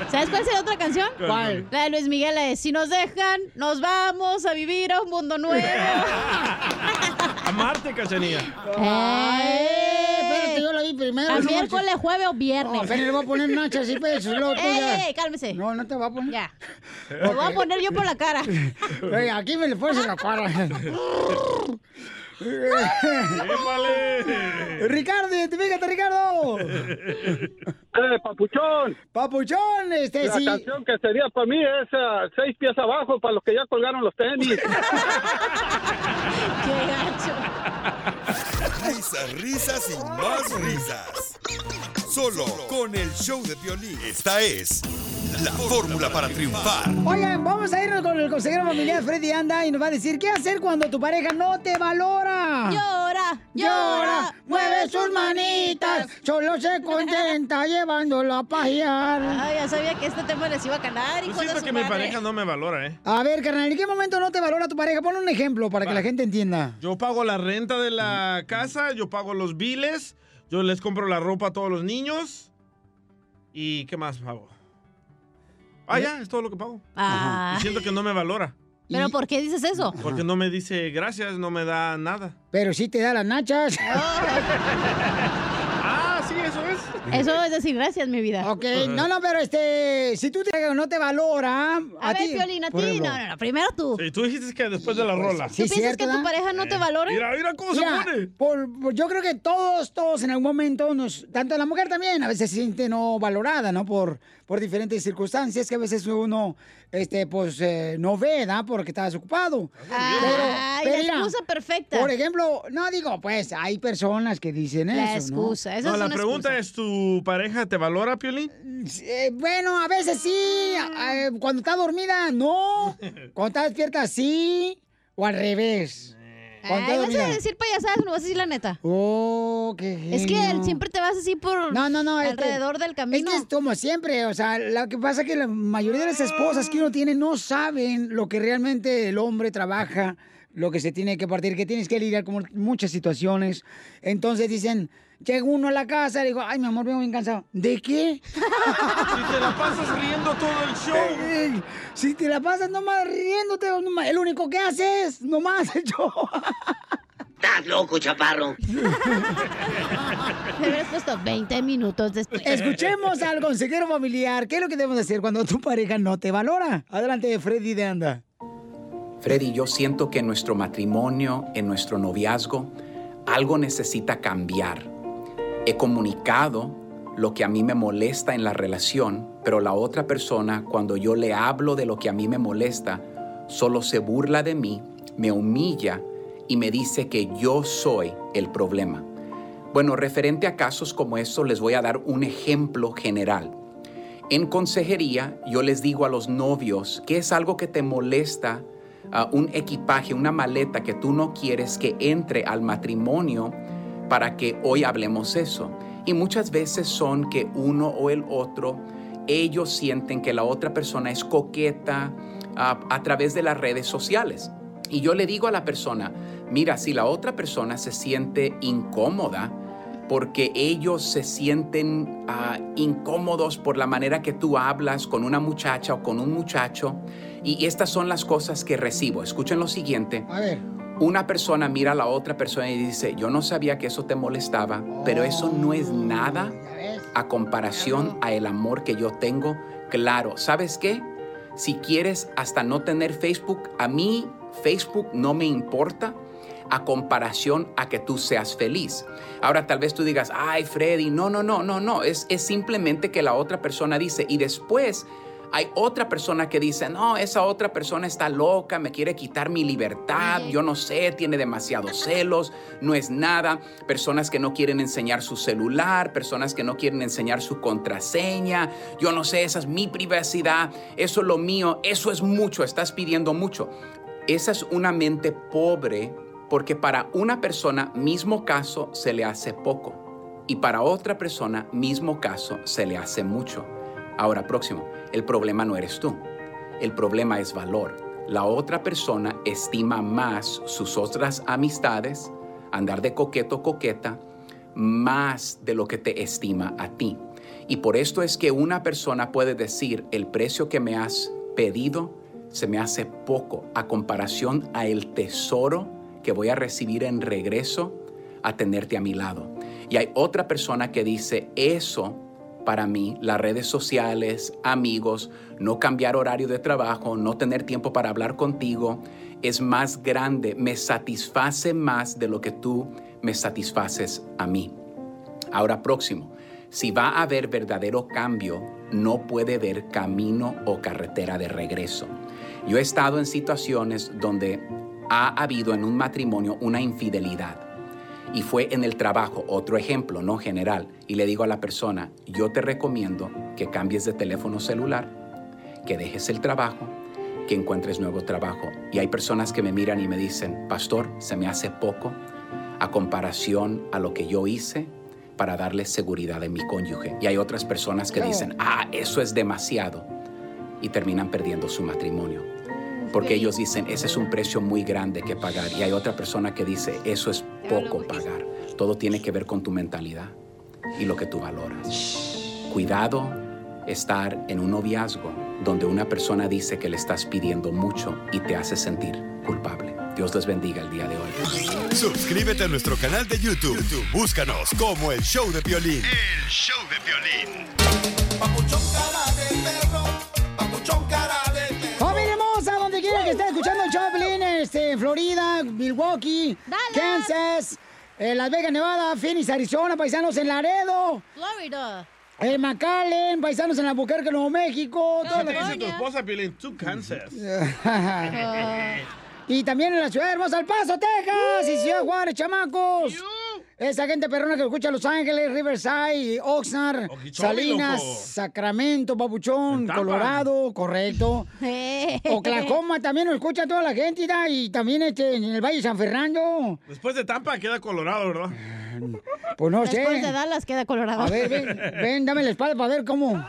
¿Sabes cuál sería otra canción? ¿Cuál? La de Luis Miguel, la de Si nos dejan, nos vamos a vivir a un mundo nuevo. Amarte, Cachanilla. Ay, espérate, yo la vi primero. A no miércoles, marches. jueves o viernes. No, pero le voy a poner nachas y pesos, loco. ¡Ey, ey, cálmese! No, no te va a poner. Ya. Lo voy a poner yo por la cara. aquí me le pones en la cara. Ricardo, identifícate, Ricardo. Eh, papuchón. Papuchón, este La sí. canción que sería para mí es ah, seis pies abajo para los que ya colgaron los tenis. Risas, risas y más risas. Solo con el show de violín. Esta es la fórmula para triunfar. Oigan, vamos a irnos con el consejero familiar Freddy Anda y nos va a decir qué hacer cuando tu pareja no te valora. Llora, llora, mueve sus manitas, solo se contenta llevándola a pajear. Ay, ya sabía que este tema les iba a ganar, Yo hijos de siento su que mi madre. pareja no me valora, ¿eh? A ver, carnal, ¿en qué momento no te valora tu pareja? Pon un ejemplo para que Va. la gente entienda. Yo pago la renta de la casa, yo pago los biles, yo les compro la ropa a todos los niños. ¿Y qué más pago? Ah, ya, es todo lo que pago. Ah. Y siento que no me valora. ¿Pero por qué dices eso? Porque no me dice gracias, no me da nada. Pero sí te da las nachas. Oh. Ah, sí, eso es. Eso es decir gracias, mi vida. Ok, no, no, pero este, si tú te no te valora, a, A ver, ti, Piolín, a por ti. ejemplo. No, no, no, primero tú. Y tú dijiste que después de la rola. Sí, eh. ¿Tú piensas que tu pareja no te valora? Mira, mira cómo Mira, se pone. por- por- yo creo que todos, todos en algún momento, nos, tanto la mujer también, a veces se siente no valorada, ¿no? Por, por diferentes circunstancias que a veces uno, este, pues, eh, no ve, ¿da? Porque estás ocupado. Ah, Ay, la mira, excusa perfecta. Por ejemplo, no digo, pues, hay personas que dicen La eso, excusa, ¿no? esa No, la pregunta es, ¿tu pareja te valora, Piolín? Eh, bueno, a veces sí, a- eh, cuando está dormida, no. Cuando está despierta, sí. O al revés. Cuando está Eh. Ay, vas a dormida. decir payasadas, no vas a decir la neta. Oh, qué Es que genio. él siempre te vas así por No, no, no. es que- alrededor del camino. Es que es como siempre, o sea, lo que pasa es que la mayoría de las esposas que uno tiene no saben lo que realmente el hombre trabaja, lo que se tiene que partir, que tienes que lidiar con muchas situaciones. Entonces dicen, llega uno a la casa, le digo, ay, mi amor, vengo bien cansado. ¿De qué? Si te la pasas riendo todo el show. Ey, Si te la pasas nomás riéndote, nomás- el único que haces, nomás el show. Estás loco, chaparro. Te hubieras puesto 20 minutos después. Escuchemos al consejero familiar. ¿Qué es lo que debemos hacer cuando tu pareja no te valora? Adelante, Freddy de Anda. Freddy, yo siento que en nuestro matrimonio, en nuestro noviazgo, algo necesita cambiar. He comunicado lo que a mí me molesta en la relación, pero la otra persona, cuando yo le hablo de lo que a mí me molesta, solo se burla de mí, me humilla y me dice que yo soy el problema. Bueno, referente a casos como estos, les voy a dar un ejemplo general. En consejería, yo les digo a los novios que es algo que te molesta, uh, un equipaje, una maleta que tú no quieres que entre al matrimonio para que hoy hablemos eso. Y muchas veces son que uno o el otro, ellos sienten que la otra persona es coqueta uh, a través de las redes sociales. Y yo le digo a la persona, mira, si la otra persona se siente incómoda, porque ellos se sienten uh, incómodos por la manera que tú hablas con una muchacha o con un muchacho. Y estas son las cosas que recibo. Escuchen lo siguiente. A ver. Una persona mira a la otra persona y dice, yo no sabía que eso te molestaba, pero Oh. eso no es nada a comparación a el amor que yo tengo. Claro, ¿sabes qué? Si quieres hasta no tener Facebook, a mí Facebook no me importa a comparación a que tú seas feliz. Ahora tal vez tú digas, ay Freddy, no, no, no, no, no, es, es simplemente que la otra persona dice y después hay otra persona que dice, no, esa otra persona está loca, me quiere quitar mi libertad, yo no sé, tiene demasiados celos, no es nada. Personas que no quieren enseñar su celular, personas que no quieren enseñar su contraseña, yo no sé, esa es mi privacidad, eso es lo mío, eso es mucho, estás pidiendo mucho. Esa es una mente pobre porque para una persona mismo caso se le hace poco y para otra persona mismo caso se le hace mucho. Ahora, próximo, el problema no eres tú, el problema es valor. La otra persona estima más sus otras amistades, andar de coqueto coqueta, más de lo que te estima a ti. Y por esto es que una persona puede decir, el precio que me has pedido se me hace poco a comparación a el tesoro que voy a recibir en regreso a tenerte a mi lado. Y hay otra persona que dice, eso para mí, las redes sociales, amigos, no cambiar horario de trabajo, no tener tiempo para hablar contigo, es más grande, me satisface más de lo que tú me satisfaces a mí. Ahora próximo, si va a haber verdadero cambio, no puede haber camino o carretera de regreso. Yo he estado en situaciones donde ha habido en un matrimonio una infidelidad. Y fue en el trabajo, otro ejemplo, no general. Y le digo a la persona, yo te recomiendo que cambies de teléfono celular, que dejes el trabajo, que encuentres nuevo trabajo. Y hay personas que me miran y me dicen, pastor, se me hace poco a comparación a lo que yo hice para darle seguridad a mi cónyuge. Y hay otras personas que dicen, ah, eso es demasiado. Y terminan perdiendo su matrimonio porque ellos dicen, ese es un precio muy grande que pagar. Y hay otra persona que dice, eso es poco pagar. Todo tiene que ver con tu mentalidad y lo que tú valoras. Cuidado estar en un noviazgo donde una persona dice que le estás pidiendo mucho y te hace sentir culpable. Dios les bendiga el día de hoy. Suscríbete a nuestro canal de YouTube. YouTube. Búscanos como el show de violín. El show de violín. Papuchón cara de perro, papuchón cara de perro. ¡Joven hermosa! Donde quiera que esté escuchando el Choplin, este, Florida, Milwaukee, Kansas, eh, Las Vegas, Nevada, Phoenix, Arizona, paisanos en Laredo, Florida. en McAllen, paisanos en Albuquerque, Nuevo México, ¿Qué todas te las- dice tu esposa, Piolín? Tú, Kansas. Ah. Y también en la ciudad hermosa, El Paso, Texas, y Ciudad Juárez, chamacos. Esa gente perrona que escucha Los Ángeles, Riverside, Oxnard, Salinas, loco. Sacramento, Papuchón, Colorado, correcto. Oklahoma también lo escucha toda la gente, ¿da? y también este, en el Valle de San Fernando. Después de Tampa queda Colorado, ¿verdad? Pues no Después sé. de Dallas queda colorado. A ver, ven, ven, dame la espalda para ver cómo.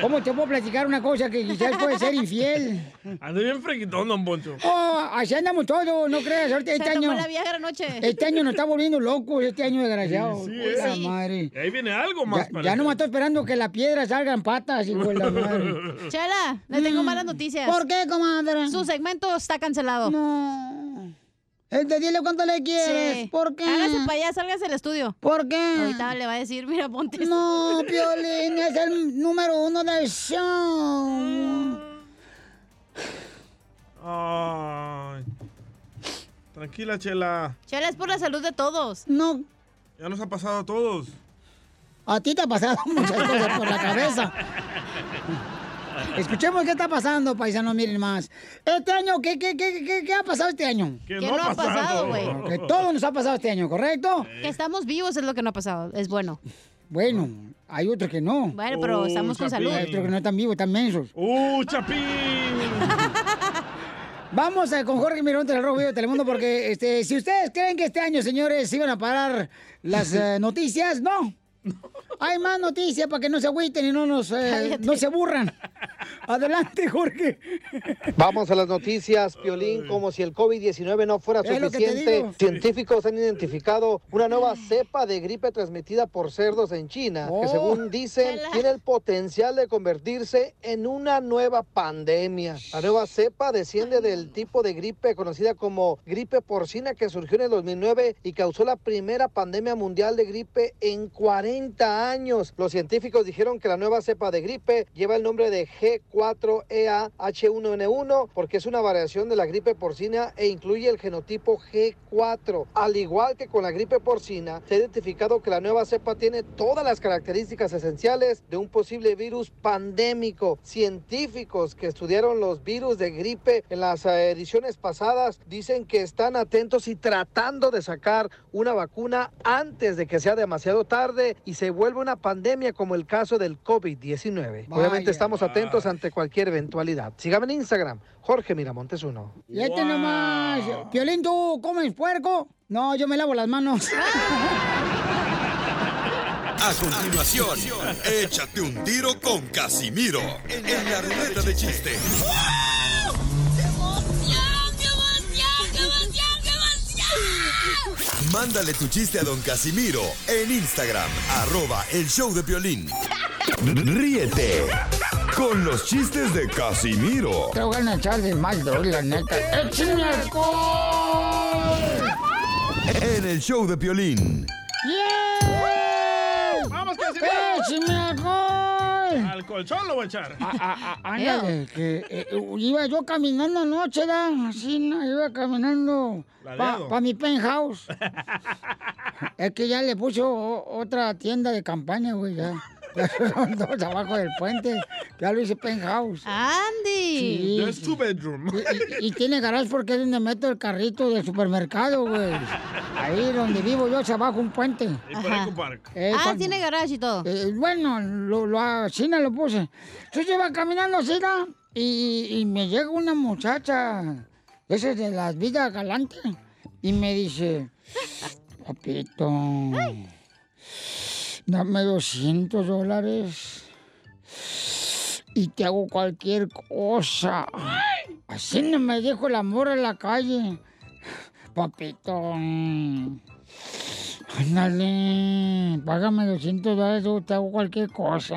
¿Cómo te puedo platicar una cosa que quizás puede ser infiel? Ando bien freguitón, don Poncho. Oh, así andamos todos, no creas. Ahorita, Se este tomó año. la Viagra anoche. Este año nos está volviendo locos, este año desgraciado. Sí, Puta sí. madre. Y ahí viene algo más. Ya no me estoy esperando que la piedra salga en patas, hijo de la madre. Chela, le tengo malas noticias. Mm. ¿Por qué, comadre? Su segmento está cancelado. No. Este, dile cuánto le quieres. ¿Por qué? Hágase para allá, sálgase del estudio. ¿Por qué? Ahorita le va a decir, mira, ponte. No, Piolín es el número uno del Mm. show. Ay. Tranquila, Chela. Chela, es por la salud de todos. No. Ya nos ha pasado a todos. A ti te ha pasado muchas cosas por la cabeza. Escuchemos qué está pasando, paisanos, miren más. Este año, ¿qué, qué, qué, qué, qué ha pasado este año? Que no no ha ha pasado, pasado, güey. Que todo nos ha pasado este año, ¿correcto? Que estamos vivos es lo que no ha pasado. Es bueno. Bueno, hay otros que no. Bueno, pero estamos con salud. Hay otros que no están vivos, están mensos. ¡Uh, Chapín! Vamos a, con Jorge Mirón del Rojo Vivo de Telemundo porque este, si ustedes creen que este año, señores, se iban a parar las eh, noticias, no. Hay más noticias para que no se agüiten y no nos eh, no se aburran. Adelante, Jorge. Vamos a las noticias, Piolín, como si el COVID-19 no fuera Es lo que te suficiente. digo. Científicos han identificado una nueva cepa de gripe transmitida por cerdos en China, que Oh. según dicen tiene el potencial de convertirse en una nueva pandemia. La nueva cepa desciende del tipo de gripe conocida como gripe porcina que surgió en el 2009 y causó la primera pandemia mundial de gripe en 40 años. Los científicos dijeron que la nueva cepa de gripe lleva el nombre de E G4EA-H1N1 porque es una variación de la gripe porcina e incluye el genotipo E G4. Al igual que con la gripe porcina, se ha identificado que la nueva cepa tiene todas las características esenciales de un posible virus pandémico. Científicos que estudiaron los virus de gripe en las eh, ediciones pasadas dicen que están atentos y tratando de sacar una vacuna antes de que sea demasiado tarde y se vuelva una pandemia como el caso del COVID-19. Vaya. Obviamente estamos atentos ante cualquier eventualidad. Sígame en Instagram, Jorge Miramontes 1. Y este nomás. Piolín, ¿tú comes puerco? No, yo me lavo las manos. A continuación, échate un tiro con Casimiro en la ruleta de chiste. Mándale tu chiste a don Casimiro en Instagram, arroba el show de violín. Ríete con los chistes de Casimiro Te voy a echar de mal, doy, la neta. ¡Eh, ¡Échame alcohol! en el show de violín. ¡Yeah! ¡Vamos, Casimiro! ¡Échame alcohol! Al colchón lo voy a echar. Ándale, que eh, iba yo caminando anoche, ¿da? Así, ¿no? iba caminando para Baleado. mi penthouse. es que ya le puso o- otra tienda de campaña, güey, ya. Ya son dos abajo del puente. Ya lo hice penthouse. ¡Andy! Es tu bedroom. Y, y tiene garage porque es donde meto el carrito del supermercado, güey. Ahí donde vivo yo, es abajo un puente. Ajá. ah, tiene garage y todo. Eh, bueno, lo, lo, así me lo puse. Entonces iba caminando así, ¿no? y, y me llega una muchacha, esa es de las vidas galantes, y me dice, papito, dame 200 dólares y te hago cualquier cosa. Así no me dijo el amor en la calle. Papito, ándale, págame 200 dólares o te hago cualquier cosa.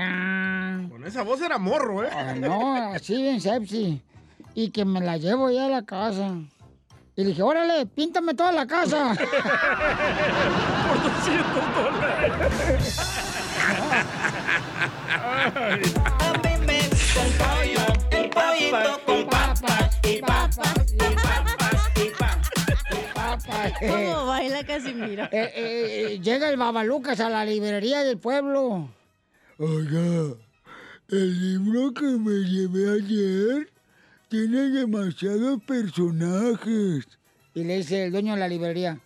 Con esa voz era morro, ¿eh? Ah, no, así bien sepsi. Y que me la llevo ya a la casa. Y le dije, órale, píntame toda la casa. Por 200 dólares. A mí me gusta el pollo, el pollito con papas y papas y papas y papas. ¿Cómo baila Casimiro? Eh, eh, eh, llega el babalucas a la librería del pueblo. Oiga, el libro que me llevé ayer tiene demasiados personajes. Y le dice el dueño de la librería,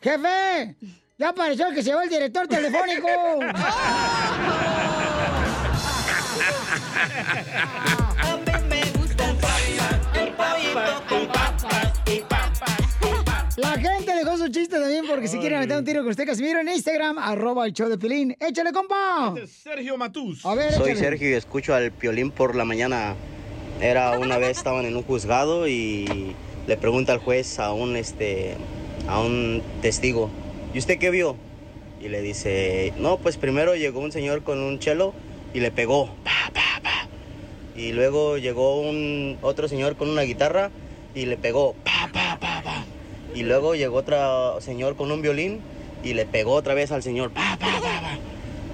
jefe, ya apareció el que se va el director telefónico. A mí me gusta el pollo, el pollito con papas y papas. la gente dejó su chiste también porque si quieren meter un tiro con usted, Casimiro, en Instagram, arroba el show de Pilín. ¡Échale, compa! Sergio Matús. A ver, Soy échale. Sergio y escucho al Piolín por la mañana. Era una vez estaban en un juzgado y le pregunta al juez a un este a un testigo, ¿y usted qué vio? Y le dice, no, pues primero llegó un señor con un chelo y le pegó. pa, pa, pa". Y luego llegó un otro señor con una guitarra y le pegó. pa, pa, pa, pa". Y luego llegó otro señor con un violín y le pegó otra vez al señor. pa, pa, pa, pa".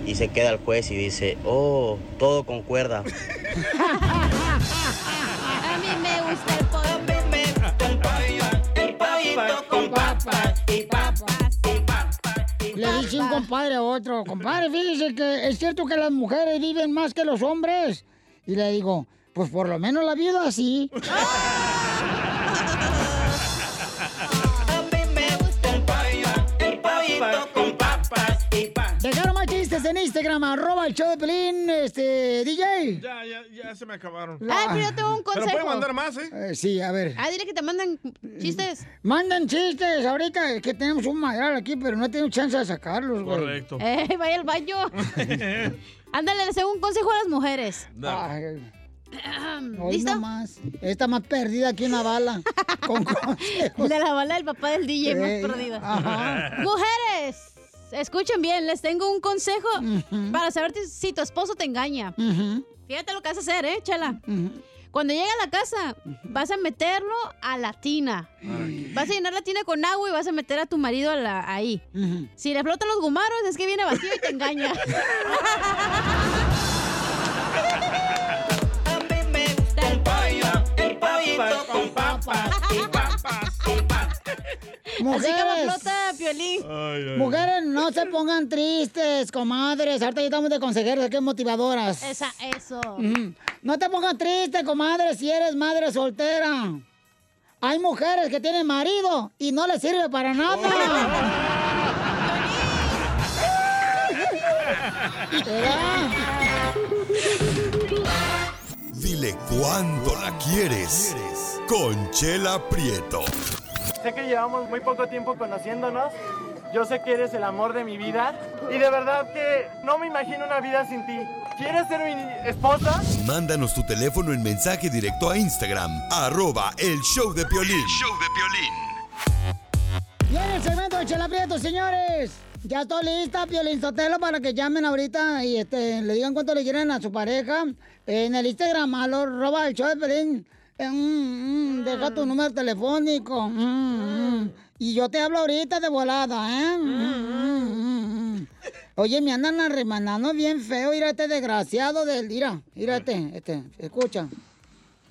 Y se queda el juez y dice, oh, todo concuerda. A mí me gusta el pollo. El pollo, el pollito con papas y papas. Le dice un compadre a otro, compadre, fíjese que es cierto que las mujeres viven más que los hombres. Y le digo, Pues por lo menos la viuda sí. Dejaron más chistes en Instagram, arroba el show de Pelín, este, DJ. Ya, ya, ya se me acabaron. Ay, pero yo tengo un Pero consejo. pueden mandar más, ¿eh? Eh, sí, a ver. Ah, dile que te mandan chistes. Mandan chistes ahorita que tenemos un madral aquí, pero no tengo chance de sacarlos, güey. Correcto. Eh, vaya al baño. Ándale, le hago un consejo a las mujeres. Ay, hoy ¿Listo? nomás. Está más perdida que una bala. Con consejos. De la bala del papá del DJ más Ey, perdida. ajá. Mujeres, escuchen bien, les tengo un consejo para saber ti- si tu esposo te engaña. Fíjate lo que vas a hacer, ¿eh, Chala? Cuando llegue a la casa, vas a meterlo a la tina. Vas a llenar la tina con agua y vas a meter a tu marido a la- ahí. Si le flotan los gumaros, es que viene vacío y te engaña. Mujeres. Así como flota Piolín. Mujeres, no se pongan tristes, comadres. Ahorita ya estamos de consejeros aquí en motivadoras. Esa, eso. Ujú. No te pongas triste, comadre, si eres madre soltera. Hay mujeres que tienen marido y no les sirve para nada. Dile cuándo la quieres. Conchela Prieto. Sé que llevamos muy poco tiempo conociéndonos. Yo sé que eres el amor de mi vida. Y de verdad que no me imagino una vida sin ti. ¿Quieres ser mi esposa? Mándanos tu teléfono en mensaje directo a Instagram, arroba el show de Piolín. show de Y en el segmento de Chela Prieto, señores. Ya estoy lista, Piolín Sotelo, para que llamen ahorita y este, le digan cuánto le quieren a su pareja. En el Instagram, a lo roba el show de Piolín. Eh, mm, mm, deja tu número telefónico. mm, mm. Y yo te hablo ahorita de volada, ¿eh? Mm, mm, mm, mm. Oye, me andan arremanando bien feo. Mira este desgraciado del... Mira, mira este, este, escucha.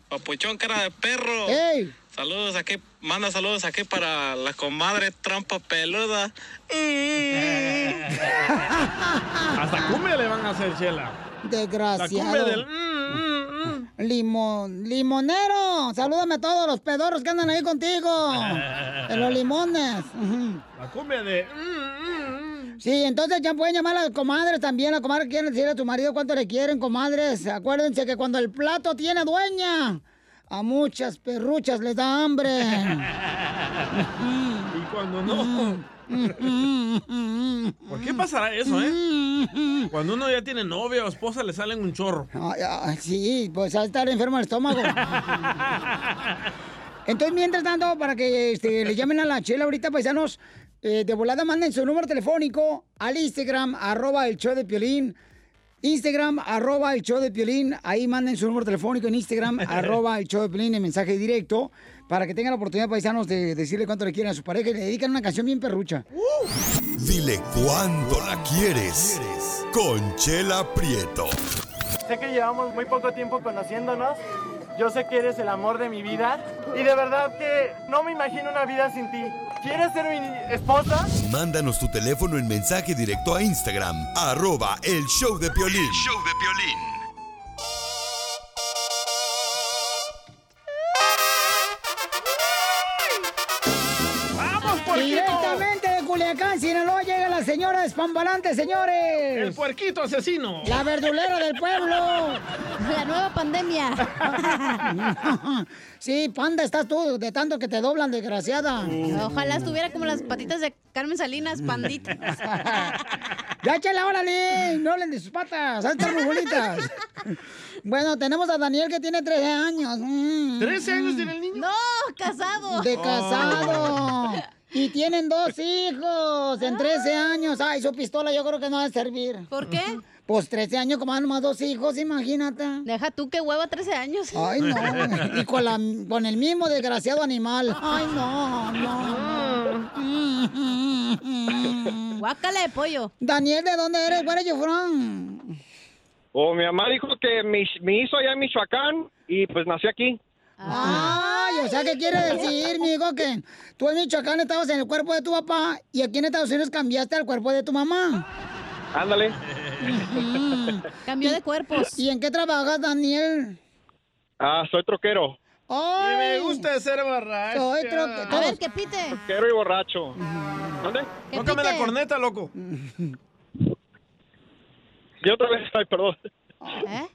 Papuchón, cara de perro. ¡Ey! Saludos aquí, manda saludos aquí para la comadre trampa peluda. Hasta cumbia le van a hacer, Chela. La cumbia Desgraciado. del- mm, Limón, limonero, salúdame a todos los pedorros que andan ahí contigo. De los limones. Ujú. La cumbia de... Sí, entonces ya pueden llamar a las comadres también. Las comadres quieren decirle a tu marido cuánto le quieren, comadres. Acuérdense que cuando el plato tiene dueña, a muchas perruchas les da hambre. y cuando no... ¿Por qué pasará eso, eh? Cuando uno ya tiene novia o esposa le salen un chorro. Ay, ay, sí, pues a estar enfermo el estómago. Entonces, mientras tanto, para que este, le llamen a la chela ahorita, paisanos, eh, de volada manden su número telefónico al Instagram, arroba el show de Piolín. Instagram, arroba el show de Piolín. Ahí manden su número telefónico en Instagram, arroba el show de Piolín, en mensaje directo, para que tengan la oportunidad, paisanos, de decirle cuánto le quieren a su pareja y le dedican una canción bien perrucha. Piolín. Dile cuándo la quieres. Conchela Prieto. Sé que llevamos muy poco tiempo conociéndonos. Yo sé que eres el amor de mi vida. Y de verdad que no me imagino una vida sin ti. ¿Quieres ser mi esposa? Mándanos tu teléfono en mensaje directo a Instagram, arroba el show de Piolín. show de ¡Vamos, puerquito! Directamente de Culiacán, Sinaloa, llega la señora Despambalante, señores. El puerquito asesino. La verdulera del pueblo. La nueva pandemia. Sí, panda, estás tú, de tanto que te doblan, desgraciada. Ojalá estuviera como las patitas de Carmen Salinas, pandita. Ya, chela, órale, no hablen de sus patas, han muy bonitas. Bueno, tenemos a Daniel que tiene 13 años. Mm, ¿Trece años mm. tiene el niño? No, casado. Oh. De casado. Y tienen dos hijos en 13 años. Ay, su pistola yo creo que no va a servir. Ah. ¿Por qué? Pues 13 años, como nomás dos hijos, imagínate. Deja tú que hueva 13 años. Ay, no. Y con, la, con el mismo desgraciado animal. Ay, no, no. Guácala de pollo. Mm. Daniel, ¿de dónde eres? Where are you from? O Oh, mi mamá dijo que me, me hizo allá en Michoacán y pues nací aquí. Ay, o sea, ¿qué quiere decir, mijo? Que tú en Michoacán estabas en el cuerpo de tu papá y aquí en Estados Unidos cambiaste al cuerpo de tu mamá. Ándale. Mm. Cambió de cuerpos. ¿Y en qué trabajas, Daniel? Ah, soy troquero. Y me gusta ser borracho. Soy troque- A ver, que pite. Troquero y borracho. ¿Dónde? Que Tócame pite. la corneta, loco. Yo otra vez, ay, perdón. ¿Eh?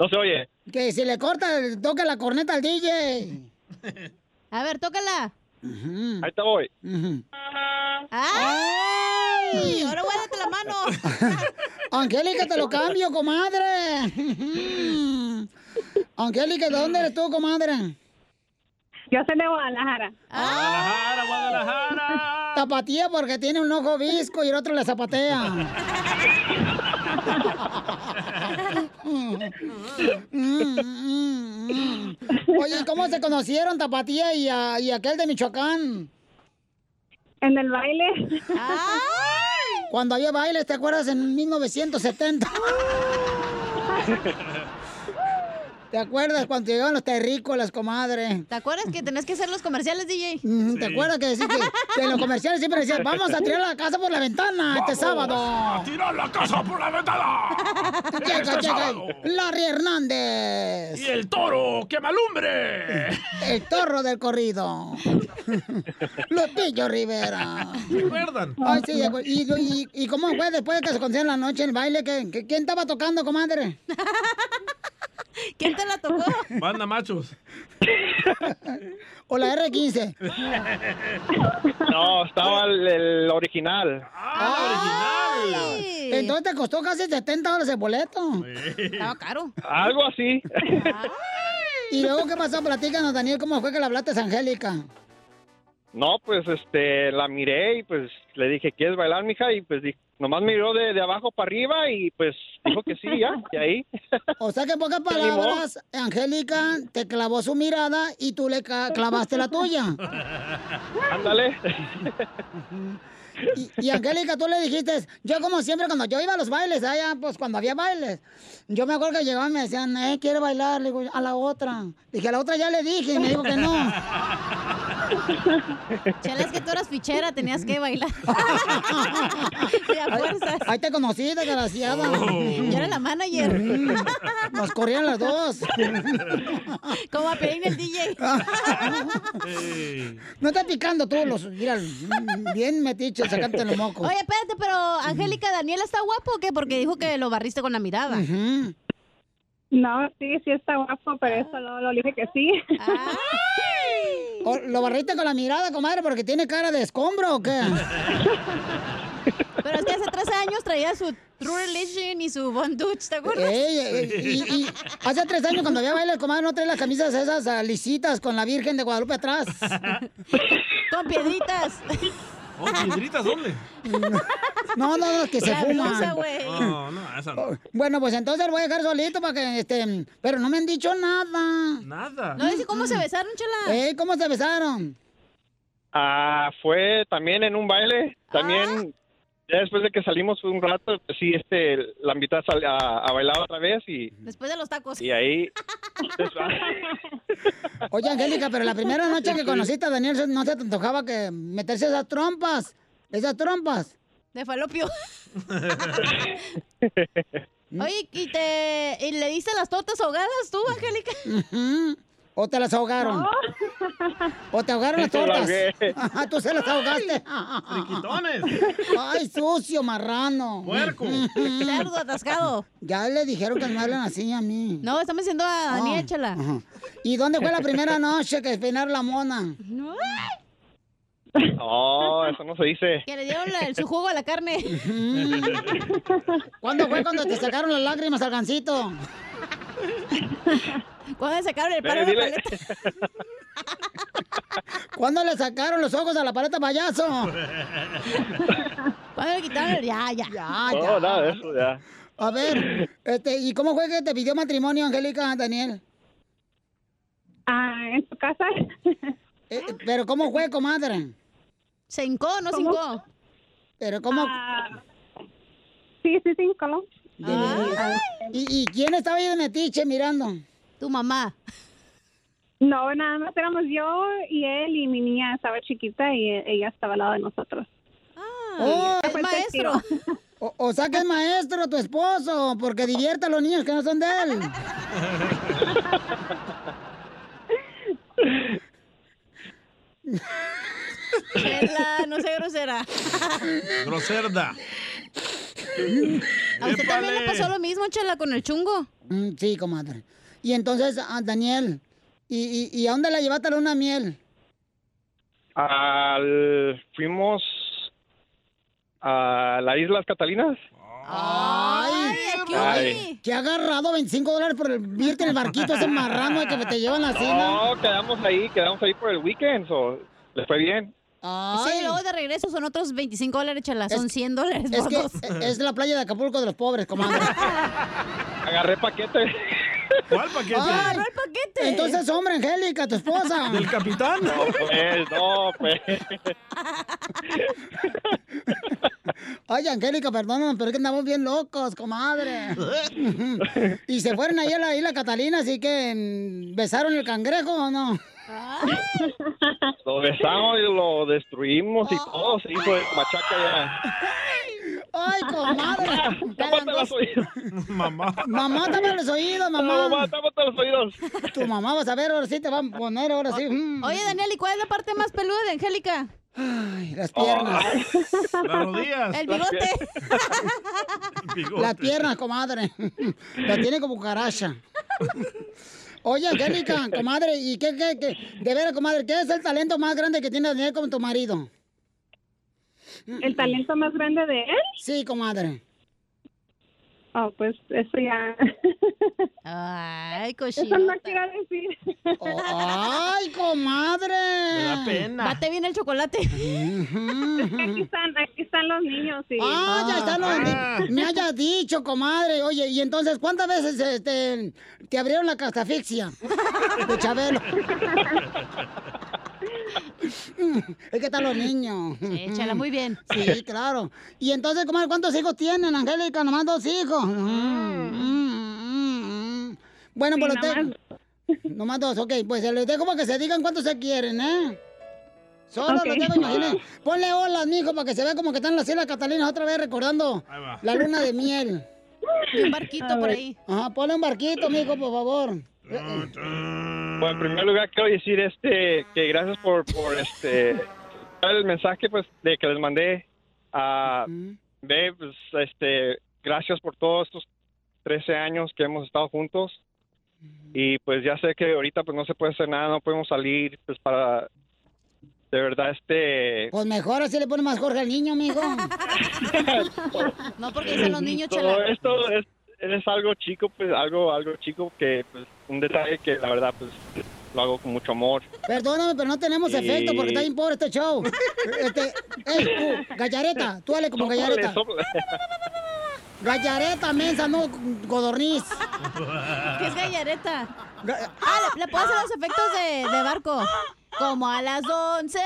No se oye. Que si le corta, toca la corneta al DJ. A ver, tócala. Ahí te voy. ¡Ay! Ahora guárdate la mano. Angélica, te lo cambio, comadre. Angélica, ¿de dónde eres tú, comadre? Yo soy de Guadalajara. Ah. Guadalajara, Guadalajara. Tapatía porque tiene un ojo visco y el otro le zapatea. Oye, ¿y ¿cómo se conocieron Tapatía y, a- y aquel de Michoacán? En el baile. Cuando había bailes, ¿te acuerdas? En 1970. ¿Te acuerdas cuando llegaban los terrícolas, comadre? ¿Te acuerdas que tenés que hacer los comerciales, DJ? Mm, ¿Te acuerdas que, decías que- que en los comerciales siempre decían, vamos a tirar la casa por la ventana este sábado? tirar la casa por la ventana! Llega, Este llega sábado. Larry Hernández. ¡Y el toro que me alumbre! El torro del corrido. Lupillo Rivera. ¿Recuerdan? Ay, Ah, sí, de acuer- y, y- y cómo fue después de que se conocieron la noche en el baile? ¿Qué- qué- ¿Quién estaba tocando, comadre? ¿Quién te la tocó? Banda machos. ¿O la R15? No, estaba el, el original. Entonces te costó casi 70 dólares el boleto. Estaba caro. Algo así. ¿Y luego qué pasó? Platícanos, Daniel, ¿cómo fue que le hablaste a Angélica? No, pues este, la miré y pues le dije, ¿quieres bailar, mija? Y pues di- nomás miró de, de abajo para arriba y pues dijo que sí, ya. Y ahí. O sea que en pocas palabras, Angélica te clavó su mirada y tú le ca- clavaste la tuya. Ándale. Y, y, Angélica, tú le dijiste, yo como siempre cuando yo iba a los bailes, allá, pues cuando había bailes, yo me acuerdo que llegaban y me decían, eh, quiere bailar, le digo, a la otra. Dije, a la otra ya le dije y me dijo que no. Chela, es que tú eras fichera, tenías que bailar. Ahí, ahí te conocí, desgraciada. Oh. Yo era la manager. Mm. Nos corrían las dos. Como a Pelín el DJ. No está picando tú los. Mira, bien metiche, sacarte los mocos. Oye, espérate, pero Angélica, ¿Daniela está guapo o qué? Porque dijo que lo barriste con la mirada. No, sí, sí está guapo, pero eso no lo dije que sí. O- ¿Lo barriste con la mirada, comadre, porque tiene cara de escombro o qué? Pero es que hace 13 años traía su True Religion y su Bonduch, ¿te acuerdas? Ey, ey, y, y hace tres años cuando había baile, comadre, no traía las camisas esas ah, lisitas con la Virgen de Guadalupe atrás. Con piedritas. Oh, piedritas, ¿dónde? No, no, no, Ah, que se La blusa, fuman. güey. No, no, esa no. Bueno, pues entonces lo voy a dejar solito para que, este, pero no me han dicho nada. Nada. No dice cómo se besaron, chela. Ey, ¿cómo se besaron? Ah, fue también en un baile, también ya después de que salimos un rato, pues, sí, este, la invité a, sal- a- a bailar otra vez y, Después de los tacos. y ahí, Oye, Angélica, pero la primera noche que conociste a Daniel, ¿no se te antojaba que meterse esas trompas? Esas trompas. De falopio. Oye, ¿y, te, ¿y le diste las tortas ahogadas tú, Angélica? Ujú. ¿O te las ahogaron? ¿O te ahogaron las Te las tortas? ahogué. Ajá, tú se las ahogaste. Friquitones. ¡Ay, sucio, marrano! ¡Puerco! Cerdo atascado. Ya le dijeron que no hablan así a mí. No, estamos diciendo a Daniel, Ah, chela. ajá. ¿Y dónde fue la primera noche que peinaron la mona? no, eso no se dice. Que le dieron la- su jugo a la carne. ¿Cuándo fue cuando te sacaron las lágrimas al gancito? ¿Cuándo le sacaron Eh, el palo palo a a la la Dile. ¿Cuándo le sacaron los ojos a la paleta payaso? ¿Cuándo le quitaron? el- Ya, ya. Ya, Oh, no, ya. nada de eso, ya. A ver, este, ¿y cómo fue que te pidió matrimonio, Angélica, Daniel? Ah, en tu casa. Eh, ¿Pero cómo fue, comadre? ¿Se hincó no se hincó? ¿Pero cómo? Ah, sí, sí, se hincó. ¿Y, y quién estaba ahí de metiche mirando? Tu mamá. No, nada más éramos yo y él y mi niña estaba chiquita y e- ella estaba al lado de nosotros. Ah, Y el fue el maestro. testigo. O, o saques maestro a tu esposo, porque divierte a los niños que no son de él. Chela, no sé grosera. Groserda. ¿A usted también le pasó lo mismo, Chela, con el chungo? Mm, sí, comadre. Y entonces, ah, Daniel, ¿y, y, y a dónde la llevaste a la luna de miel? Al- fuimos a las Islas Catalinas. ¡Ay! qué Ay. Que ha agarrado 25 dólares por el, irte en el barquito ese marrano de que te llevan así, ¿no? No, quedamos ahí, quedamos ahí por el weekend. So, ¿Les fue bien? Sí, luego de regreso son otros 25 dólares, Chela. Son 100 dólares. Es por que dos. e- es la playa de Acapulco de los pobres, comadre. Agarré paquete. ¿Cuál paquete? Ay, Entonces, hombre, Angélica, tu esposa. ¿Del capitán? No, pues, no, pues. Ay, Angélica, perdóname, pero es que andamos bien locos, comadre. y se fueron ahí a la isla Catalina, así que mm, besaron el cangrejo o no. Lo besamos y lo destruimos y todo se hizo machaca ya. Ay, comadre. Tápate los oídos. Mamá. Mamá, tápate los oídos, mamá. Mamá, tápate los oídos. Tu mamá vas a ver, ahora sí te van a poner, ahora sí. mm, Oye, Daniel, ¿y cuál es la parte más peluda de Angélica? las piernas. Las rodillas. El bigote. Las piernas, comadre. La tiene como cucaracha. Oye, Angélica, comadre, ¿y qué, qué, qué? De veras, comadre, ¿qué es el talento más grande que tiene Daniel con tu marido? ¿El talento más grande de él? Sí, comadre. Oh, pues eso ya. Ay, Eso no quiero decir. ay, comadre. Me da pena. Bate bien el chocolate. Aquí están, aquí están los niños. Y... Ah, ya están los ni- Me hayas dicho, comadre. Oye, y entonces, ¿cuántas veces este, te abrieron la castafixia de Chabelo? es que están los niños. Échala muy bien. Sí, claro. Y entonces, comadre, ¿cuántos hijos tienen, Angélica? Nomás dos hijos. Mm, mm, mm. Bueno, Sí, pues los nomás dejo. Nomás dos, ok. Pues se los dejo para que se digan cuántos se quieren, ¿eh? Solo Ok. los dejo, imagínense. Ponle olas, mijo, para que se vea como que están las Islas Catalinas otra vez recordando va. la luna de miel. Un barquito por ahí. Ajá, ponle un barquito, mijo, por favor. Bueno, en primer lugar quiero decir este que gracias por, por este el mensaje pues de que les mandé a ve pues este gracias por todos estos 13 años que hemos estado juntos y pues ya sé que ahorita pues no se puede hacer nada, no podemos salir pues para de verdad este Pues mejor así le pone más Jorge al niño, mijo. no, porque dicen los niños, todo Chela. esto es, es algo chico, pues algo algo chico que pues un detalle que la verdad pues lo hago con mucho amor. Perdóname, pero no tenemos Sí. efecto porque está bien pobre este show. Este, ey, tú, gallareta, tú dale como gallareta. Sóplale, sóplale. Gallareta, mensa, no codorniz. ¿Qué es gallareta? Ah, le, le puedo hacer los efectos de, de barco. Como a las 11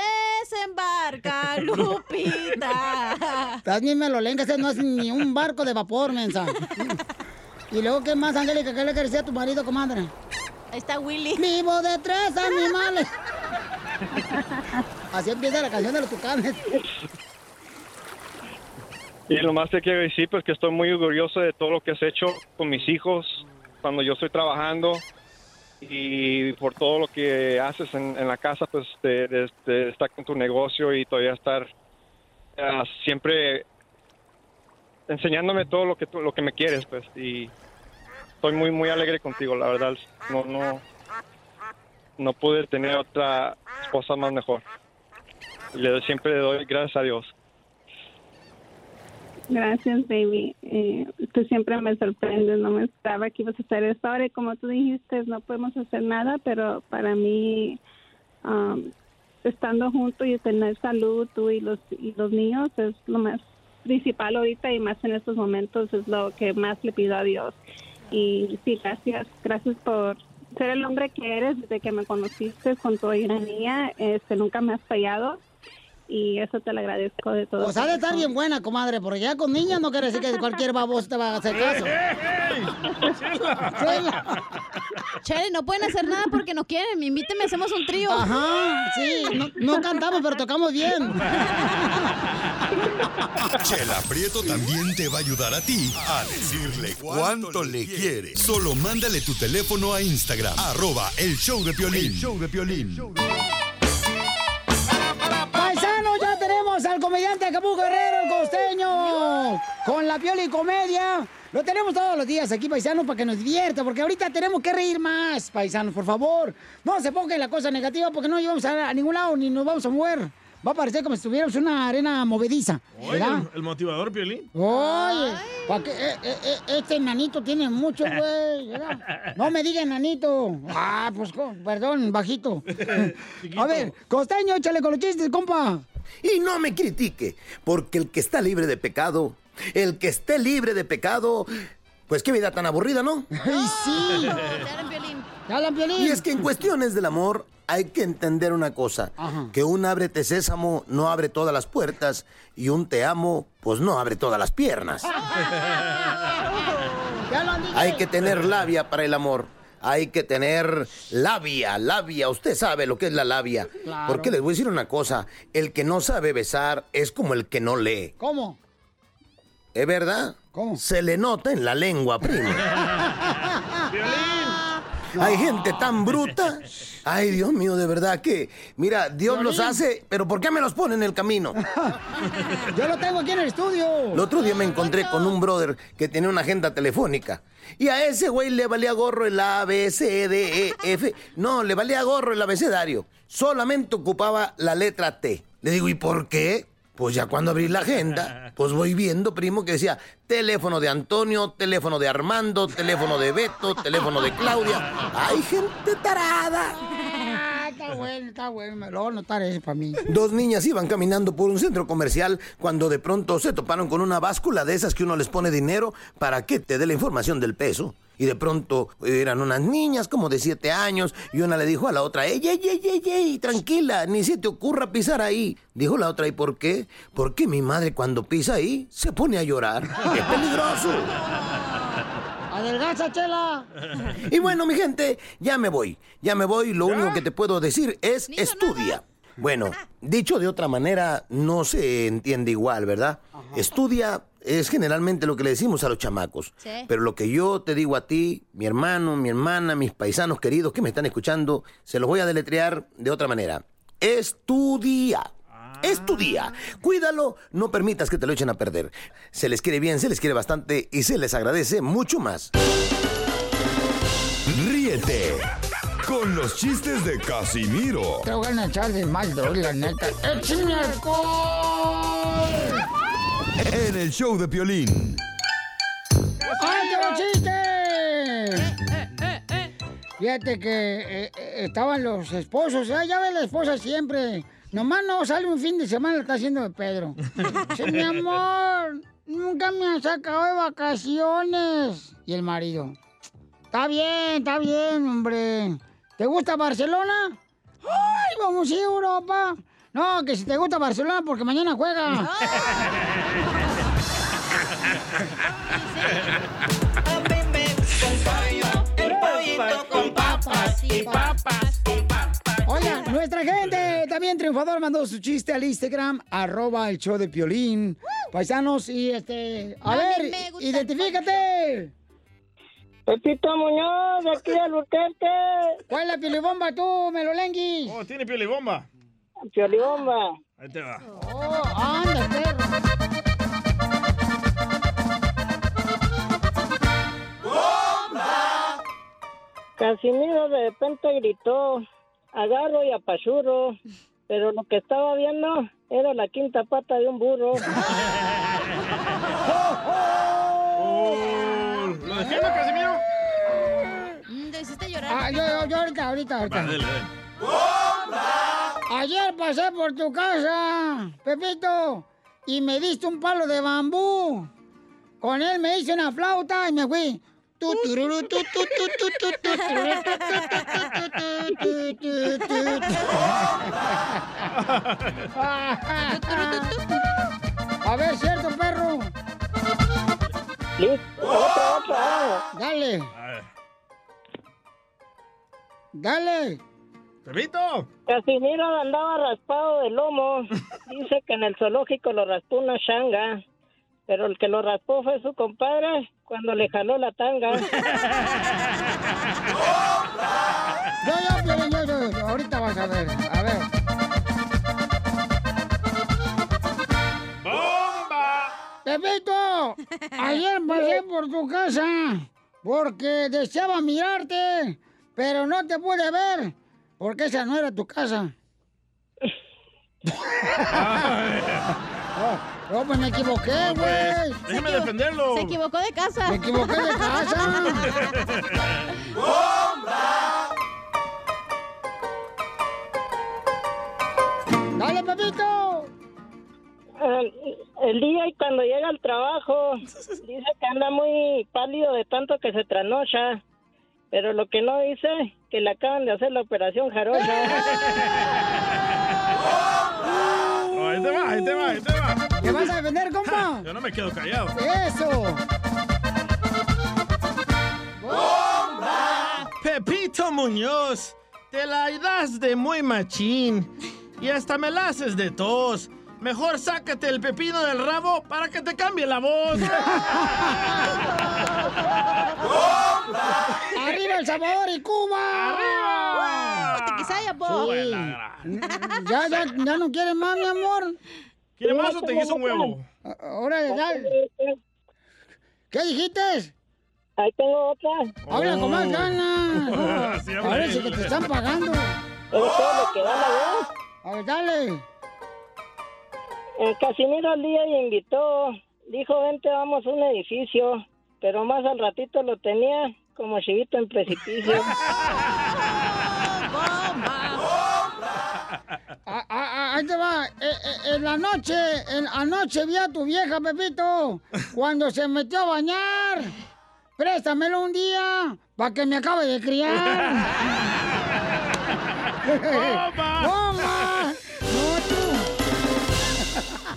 se embarca Lupita. Estás bien melolenca, ese no es ni un barco de vapor, mensa. Y luego, ¿qué más, Angélica? ¿Qué le querés decir a tu marido, comadre? Ahí está Willy. Vivo de tres animales. Así empieza la canción de los tucanes. Y lo más que quiero decir, pues que estoy muy orgulloso de todo lo que has hecho con mis hijos, cuando yo estoy trabajando y por todo lo que haces en, en la casa, pues de, de- de estar con tu negocio y todavía estar ah, siempre enseñándome todo lo que tú- lo que me quieres, pues. Y estoy muy muy alegre contigo, la verdad. No no no pude tener otra esposa más mejor. Le doy- siempre le doy gracias a Dios. Gracias, baby. Eh, tú siempre me sorprendes. No me esperaba que ibas a hacer esto. Ahora, y como tú dijiste, no podemos hacer nada, pero para mí, um, estando juntos y tener salud, tú y los, y los niños, es lo más principal ahorita y más en estos momentos es lo que más le pido a Dios. Y sí, gracias. Gracias por ser el hombre que eres desde que me conociste con tu ironía. Este, nunca me has fallado y eso te lo agradezco de todo. O sea, Pues de estar corazón. bien buena, comadre, porque ya con niñas no quiere decir que cualquier baboso te va a hacer caso. Chele, no pueden hacer nada porque no quieren. Invíteme, hacemos un trío. Ajá, sí. No, no cantamos, pero tocamos bien. Chela Prieto también te va a ayudar a ti a decirle cuánto le quiere. Solo mándale tu teléfono a Instagram, arroba el show de Piolín. show de Piolín. Paisano, ya tenemos al comediante Acapulco Herrero, el costeño, con la piola y comedia. Lo tenemos todos los días aquí, paisano, para que nos divierta, porque ahorita tenemos que reír más, paisanos, por favor. No se pongan la cosa negativa porque no íbamos a, a ningún lado ni nos vamos a mover. Va a parecer como si estuviéramos en una arena movediza. Oye, ¿verdad? Oh. el, el motivador, Piolín. Oye, pa' que- eh, eh, eh, este nanito tiene mucho, güey. ¿verdad? No me digan nanito. Ah, pues, co- perdón, bajito. A ver, costeño, échale con los chistes, compa. Y no me critique, porque el que está libre de pecado, el que esté libre de pecado, pues qué vida tan aburrida, ¿no? ¡Ay, sí! Y es que en cuestiones del amor hay que entender una cosa, que un ábrete sésamo no abre todas las puertas y un te amo pues no abre todas las piernas. Ya lo han dicho. Hay que tener labia para el amor. Hay que tener labia, labia. Usted sabe lo que es la labia. Claro. Porque les voy a decir una cosa. El que no sabe besar es como el que no lee. ¿Cómo? ¿Es verdad? ¿Cómo? Se le nota en la lengua, primo. Hay gente tan bruta. Ay, Dios mío, de verdad que. Mira, Dios los hace, pero ¿por qué me los pone en el camino? Yo lo tengo aquí en el estudio. El otro día me encontré con un brother que tenía una agenda telefónica. Y a ese güey le valía gorro el A, B, C, D, E, F. No, le valía gorro el abecedario. Solamente ocupaba la letra T. Le digo, ¿y por qué? Pues ya cuando abrí la agenda, pues voy viendo, primo, que decía teléfono de Antonio, teléfono de Armando, teléfono de Beto, teléfono de Claudia. ¡Ay, gente tarada! Ah, está bueno, está bueno. Me lo voy a anotar ese para mí. Dos niñas iban caminando por un centro comercial cuando de pronto se toparon con una báscula de esas que uno les pone dinero para que te dé la información del peso. Y de pronto eran unas niñas como de siete años y una le dijo a la otra, ¡Ey, ey, ey, ey, ey! Tranquila, ni se te ocurra pisar ahí. Dijo la otra, ¿y por qué? Porque mi madre cuando pisa ahí se pone a llorar. ¡Es peligroso! Ah. ¡Adelgaza, chela! Y bueno, mi gente, ya me voy. Ya me voy. Lo único que te puedo decir es estudia. Bueno, dicho de otra manera, no se entiende igual, ¿verdad? Estudia es generalmente lo que le decimos a los chamacos. Sí. Pero lo que yo te digo a ti, mi hermano, mi hermana, mis paisanos queridos que me están escuchando, se los voy a deletrear de otra manera. Estudia. Es tu día. Cuídalo, no permitas que te lo echen a perder. Se les quiere bien, se les quiere bastante y se les agradece mucho más. Ríete con los chistes de Casimiro Te voy a echar de mal, droga, la neta. ¡Échame alcohol! en el show de Piolín. ¡Ay, qué buen chiste! Fíjate que eh, eh, estaban los esposos. Ah, ya ve la esposa siempre. Nomás no sale un fin de semana, lo está haciendo de Pedro. Dice, mi amor, nunca me han sacado de vacaciones. Y el marido. Está bien, está bien, hombre. ¿Te gusta Barcelona? ¡Ay, vamos a ir a Europa! No, que si te gusta Barcelona, porque mañana juega. El pollito con papas y papas. Oiga, nuestra gente también triunfador mandó su chiste al Instagram, arroba el show de Piolín. Paisanos, y este... A A mí ver, me gusta identifícate. Pepito Muñoz, de aquí de Luquete. ¿Cuál es la piolibomba tú, Melolenguis? Oh, tiene piolibomba. Piolibomba. Ahí te va. Oh, anda, perro. Casimiro de repente gritó, agarro y apachurro, pero lo que estaba viendo era la quinta pata de un burro. ¿Lo defiendo, Casimiro? Mm, te hiciste llorar. Ah, yo, yo, yo ahorita, ahorita, Va, ahorita. dele, dele. Ayer pasé por tu casa, Pepito, y me diste un palo de bambú. Con él me hice una flauta y me fui. Tu, tururú, tu, tu, tu, tu, tu, tu, tururú, tu, tu, tu, tu, tu, tu, tu, tu, tu. Ah, A ver, cierto, perro. Otra, otra. Dale. Dale. ¡Pepito! Casimiro andaba raspado de lomo. Dice que en el zoológico lo raspó una changa. Pero el que lo raspó fue su compadre cuando le jaló la tanga. No, no, no, no, no, no, ahorita vas a ver. A ver. ¡Bomba! Pepito, ayer pasé por tu casa porque deseaba mirarte, pero no te pude ver porque esa no era tu casa. No, no, pues me equivoqué, güey. Déjeme defenderlo. Pues, Se equivocó de casa. Me equivoqué de casa. ¡Dale, Pepito! El, el día y cuando llega al trabajo, dice que anda muy pálido de tanto que se trasnocha. Pero lo que no dice, que le acaban de hacer la operación jarocha. No, ahí te va, ahí te va, ahí te va. ¿Te vas a defender, compa? Yo no me quedo callado. ¡Eso! Pepito Muñoz, te la das de muy machín y hasta me la haces de tos. Mejor sácate el pepino del rabo para que te cambie la voz. ¡Arriba El Salvador y Cuba! ¡Arriba! Tequisaya, Pues, po. Pues, Sí. Ya, ya, ya no quieres más, mi amor. ¿Quieres más o te hizo un huevo? A- Ahora ya. ¿Qué dijiste? Ahí tengo otra. Habla con más ganas. Oh. Sí, hombre. Parece que te están pagando. Pero todo lo que da la voz. A ver, dale. El Eh, Casimiro al día y invitó. Dijo, vente, vamos a un edificio. Pero más al ratito lo tenía como chivito en precipicio. Ah, ah, ah, ahí te va. Eh, eh, en la noche, en anoche vi a tu vieja, Pepito, cuando se metió a bañar. Préstamelo un día para que me acabe de criar. ¡Bomba! ¡Bomba! No, tú.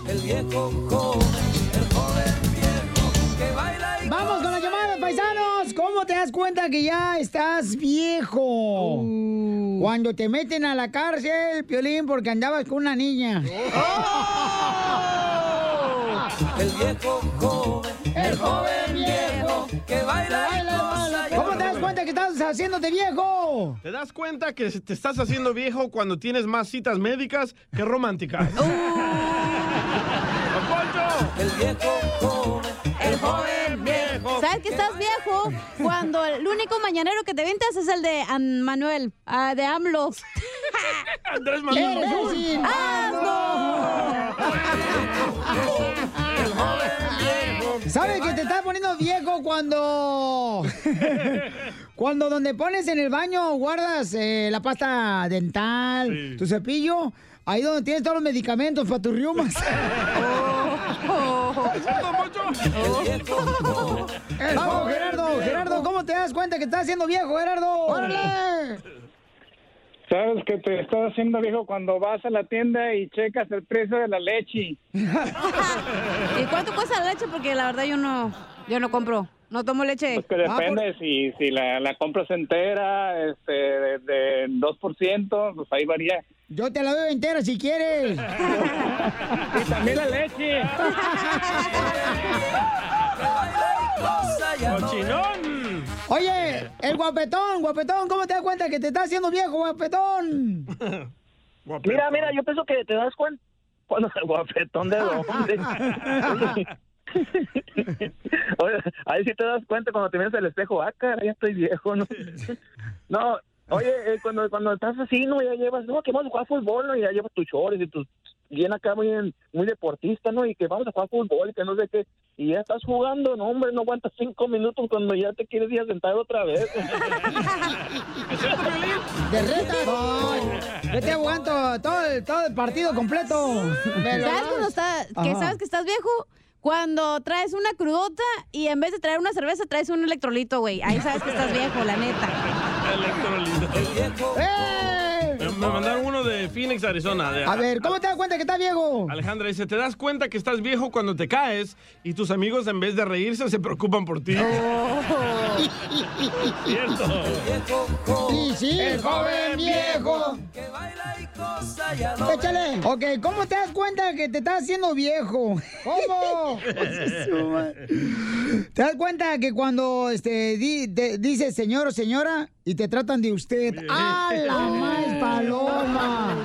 El viejo joven, el joven viejo que baila y Vamos con las llamadas, paisanos. ¿Cómo te das cuenta que ya estás viejo? Uh. Cuando te meten a la cárcel, Piolín, porque andabas con una niña. ¡Oh! El viejo joven, el joven viejo que baila y goza. ¿Cómo te das cuenta que estás haciéndote viejo? ¿Te das cuenta que te estás haciendo viejo cuando tienes más citas médicas que románticas? El viejo joven, el joven viejo. ¿Sabes que estás viejo? Cuando el único mañanero que te ventas es el de An- Manuel, ah, de AMLO. Andrés Manuel. Ah, ¡Imbécil! ¿Sabes que te estás poniendo viejo cuando... cuando donde pones en el baño guardas eh, la pasta dental, Sí. tu cepillo, ahí donde tienes todos los medicamentos para tus riomas. El viejo joven, el Vamos, joven Gerardo, viejo. Gerardo, ¿cómo te das cuenta que estás haciendo viejo, Gerardo? ¡Órale! Sabes que te estás haciendo viejo cuando vas a la tienda y checas el precio de la leche. Pues ¿Y cuánto cuesta la leche? Porque la verdad yo no, yo no compro. No tomo leche. Pues Ah, Que depende si, si la, la compras entera, este, de, de 2%, pues ahí varía. Yo te la doy entera si quieres. Y también la leche. ¡Cochinón! Oye, el guapetón, guapetón, ¿cómo te das cuenta que te estás haciendo viejo, guapetón? Mira, mira, yo pienso que te das cuenta. Cuando guapetón de dónde. Oye, ahí sí te das cuenta cuando te miras al espejo, ah, caray, ya estoy viejo, ¿no? No, oye, eh, cuando, cuando estás así, ¿no? Ya llevas, no, que vamos a jugar fútbol, ¿no? Y ya llevas tus chores y tus bien acá muy, en- muy deportista, ¿no? Y que vamos a jugar fútbol y que no sé qué. Y ya estás jugando, no, hombre, no aguantas cinco minutos cuando ya te quieres ir a sentar otra vez. De reta. Yo te aguanto todo el, todo el partido completo. Me lo ¿Sabes das. cuando está, que Ajá. sabes que estás viejo? Cuando traes una crudota y en vez de traer una cerveza traes un electrolito, güey. Ahí sabes que estás viejo, la neta. Electrolito. ¡Eh! Me, me mandaron uno de Phoenix, Arizona. de- A ver, ¿cómo te das cuenta que estás viejo? Alejandra dice, ¿te das cuenta que estás viejo cuando te caes y tus amigos en vez de reírse se preocupan por ti? Cierto. Sí, sí. El joven viejo. Échale. Ok, ¿cómo te das cuenta que te estás haciendo viejo? ¿Cómo? ¿Te das cuenta que cuando este, di- te- dices señor o señora y te tratan de usted? ¡Ah, la más paloma!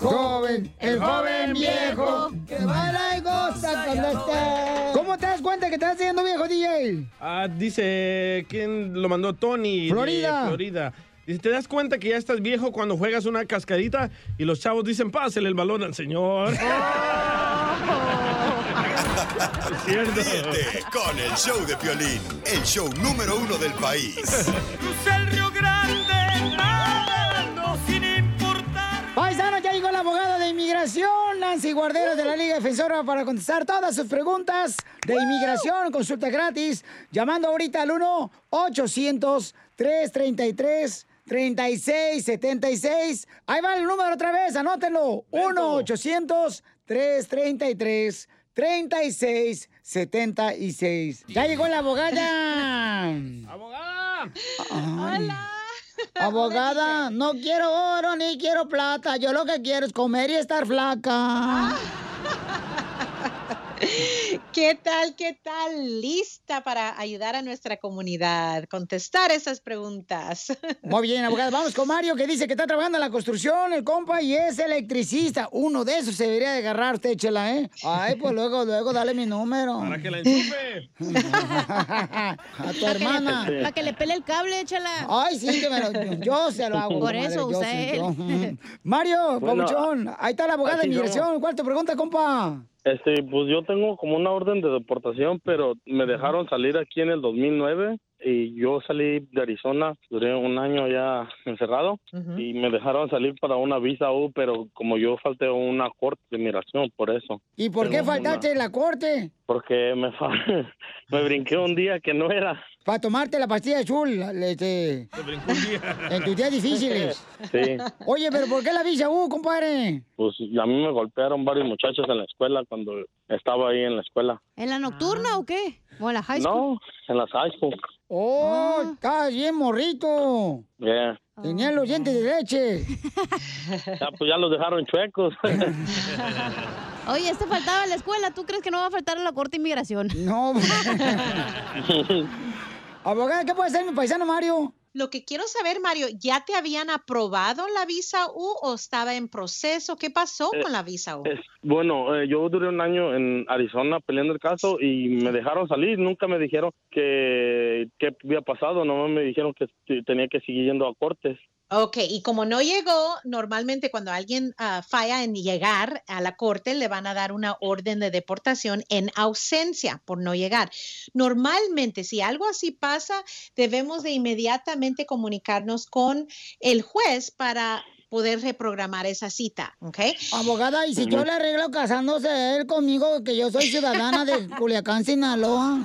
Joven, el joven viejo, que baila y goza cuando está. ¿Cómo te das cuenta que te estás haciendo viejo, DJ? Ah, dice, ¿quién lo mandó? Tony. de Florida. Florida. Dice, ¿te das cuenta que ya estás viejo cuando juegas una cascarita y los chavos dicen, pásele el balón al señor? Ríete con el show de Piolín, el show número uno del país. Paisano, ya llegó la abogada de inmigración, Nancy Guarderos de la Liga Defensora, para contestar todas sus preguntas de inmigración, consulta gratis, llamando ahorita al 1-800-333-3676. Ahí va el número otra vez, anótenlo. 1-800-333-3676. Ya llegó la abogada. ¡Abogada! Hola. Abogada, no quiero oro ni quiero plata. Yo lo que quiero es comer y estar flaca. Ah. ¿Qué tal? ¿Qué tal? Lista para ayudar a nuestra comunidad, contestar esas preguntas. Muy bien, abogada. Vamos con Mario, que dice que está trabajando en la construcción, el compa, y es electricista. Uno de esos se debería de agarrar, usted, chela, ¿eh? Ay, pues luego, luego, dale mi número. Para que la enchufe. a tu hermana. Para que le pele el cable, échala. Ay, sí, que me lo- yo se lo hago. Por comadre, eso, yo usted. sí, yo. Ujú. Mario, Bueno, papuchón, ahí está la abogada de aquí yo. inmigración. ¿Cuál es tu pregunta, compa? Este, pues yo tengo como una orden de deportación, pero me dejaron salir aquí en el 2009 y yo salí de Arizona, duré un año ya encerrado y me dejaron salir para una visa U, pero como yo falté a una corte de migración, por eso. ¿Y por qué Tengo una- faltaste en la corte? Porque me, fa- me brinqué un día que no era. Para tomarte la pastilla azul, este, en tus días difíciles. Sí, Oye, pero ¿por qué la visa U, compadre? pues a mí me golpearon varios muchachos en la escuela cuando estaba ahí en la escuela. ¿En la nocturna Ah. o qué? ¿O en la high school? No, en las high school. Oh, estás bien morrito. Yeah. Tenía los dientes de leche. Ya, pues ya los dejaron chuecos. Oye, este faltaba en la escuela. ¿Tú crees que no va a faltar a la corte de inmigración? No. Abogada, ¿qué puede hacer mi paisano Mario? Lo que quiero saber, Mario, ¿ya te habían aprobado la visa U o estaba en proceso? ¿Qué pasó Eh, con la visa U? Es- bueno, eh, yo duré un año en Arizona peleando el caso y me dejaron salir. Nunca me dijeron que, que había pasado, nomás me dijeron que t- tenía que seguir yendo a cortes. Ok, y como no llegó, normalmente cuando alguien ah, falla en llegar a la corte, le van a dar una orden de deportación en ausencia por no llegar. Normalmente, si algo así pasa, debemos de inmediatamente comunicarnos con el juez para poder reprogramar esa cita, ¿ok? Abogada, ¿y si yo le arreglo casándose él conmigo, que yo soy ciudadana de Culiacán, Sinaloa?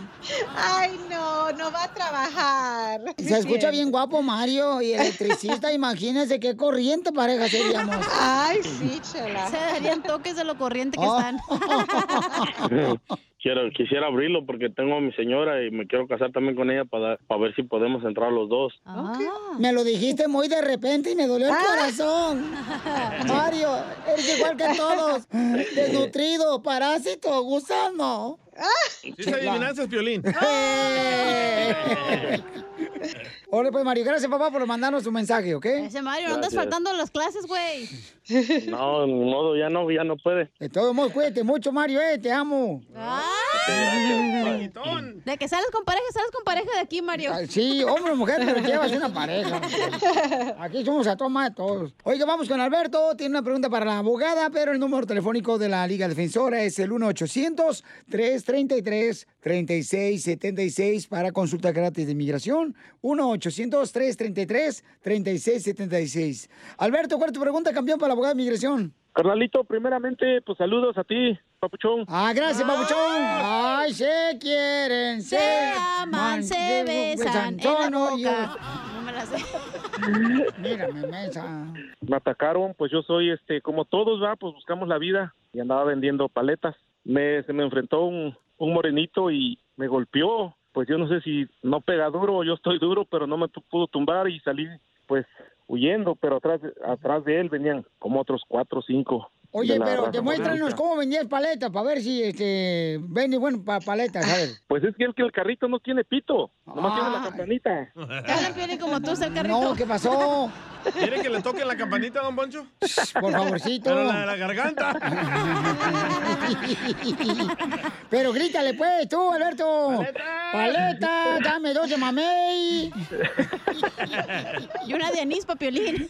Ay, no, no va a trabajar. Se escucha bien guapo Mario y electricista, imagínense qué corriente pareja seríamos. Ay, sí, chela. Se darían toques de lo corriente que Oh. están. Quiero, quisiera abrirlo porque tengo a mi señora y me quiero casar también con ella para, para ver si podemos entrar los dos. Me lo dijiste muy de repente y me dolió el corazón. Mario, eres igual que todos. Desnutrido, parásito, gusano. Sí, esa adivinanza es violín. Hola, pues Mario, gracias papá por mandarnos tu mensaje, ¿ok? Ese Mario, no andas Gracias. faltando a las clases, güey. No, ni modo, ya no, ya no puede. De todos modos, cuídate mucho, Mario, eh, te amo. De que sales con pareja, sales con pareja de aquí, Mario. Sí, hombre o mujer, pero llevas una pareja. Aquí somos a toma de todos. Oiga, vamos con Alberto. Tiene una pregunta para la abogada, pero el número telefónico de la Liga Defensora es el 1-800-333-3676 para consulta gratis de inmigración. 1-800-333-3676. Alberto, ¿cuál es tu pregunta, campeón, para la abogada de inmigración? Carnalito, primeramente, pues saludos a ti, papuchón. Ah, gracias, papuchón. Ay, se quieren, se, Se aman, se besan en la Santono, boca. No me la sé. Dios. Mírame, mensa. Me atacaron, pues yo soy, este, como todos, va, pues buscamos la vida y andaba vendiendo paletas. Me, se me enfrentó un, un morenito y me golpeó. pues yo no sé si no pega duro o yo estoy duro, pero no me tu- pudo tumbar y salí pues huyendo, pero atrás, atrás de él venían como otros cuatro o cinco. Oye, de la pero raza demuéstranos morenita. cómo vendías paletas para ver si este vende bueno pa- paletas, a ver. Pues es que el, que el carrito no tiene pito, nomás tiene Ah. la campanita. Cada pierde como tú, el carrito. No, ¿qué pasó? ¿Quiere que le toque la campanita, don Poncho? Por favorcito. Pero la de la garganta. Pero grítale pues tú, Alberto. Paleta, dame dos de mamey. Y una de anís, papiolín.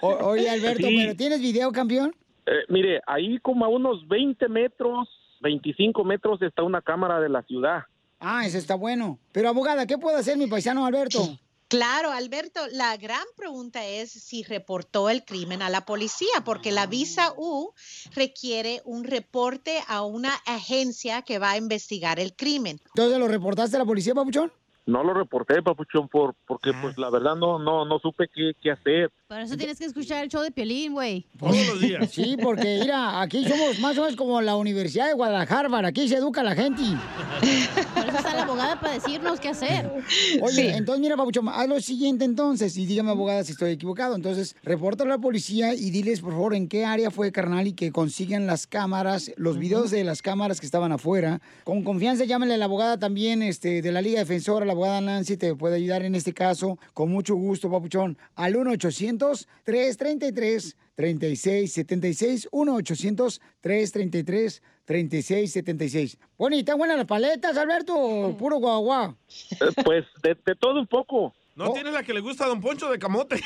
O- oye, Alberto, Sí. ¿pero tienes video, campeón? Eh, mire, ahí como a unos 20 metros, 25 metros está una cámara de la ciudad. Ah, eso está bueno. Pero abogada, ¿qué puede hacer mi paisano Alberto? Claro, Alberto, la gran pregunta es si reportó el crimen a la policía, porque la visa U requiere un reporte a una agencia que va a investigar el crimen. Entonces, ¿lo reportaste a la policía, papuchón? No lo reporté, papuchón, por, porque pues la verdad no no no supe qué, qué hacer. Por eso tienes que escuchar el show de Piolín, güey. Todos los días. Pues, Sí, porque mira, aquí somos más o menos como la Universidad de Guadalajara, aquí se educa la gente. Por eso está la abogada para decirnos qué hacer. Oye, entonces mira, Papuchón, haz lo siguiente entonces y dígame, abogada, si estoy equivocado. Entonces, repórtalo a la policía y diles, por favor, en qué área fue, carnal, y que consigan las cámaras, los videos de las cámaras que estaban afuera. Con confianza, llámale a la abogada también este, de la Liga Defensora, la abogada Nancy, te puede ayudar en este caso. Con mucho gusto, Papuchón, al 1-800-333. 3676 1-800-333-3676. 3676 Bueno, ¿y están buenas las paletas, Alberto? o Puro guagua. Eh, Pues de, de todo un poco. ¿No tienes la que le gusta a don Poncho de camote?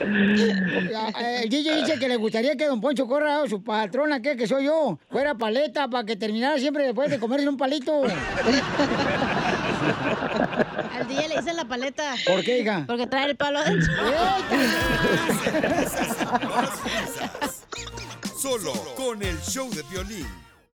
Ya, eh, El DJ dice que le gustaría que Don Poncho corra a su patrona, que, que soy yo, fuera paleta para que terminara siempre después de comerse un palito. Al día le dicen la paleta. ¿Por qué, hija? Porque trae el palo adentro. Solo con el show de violín.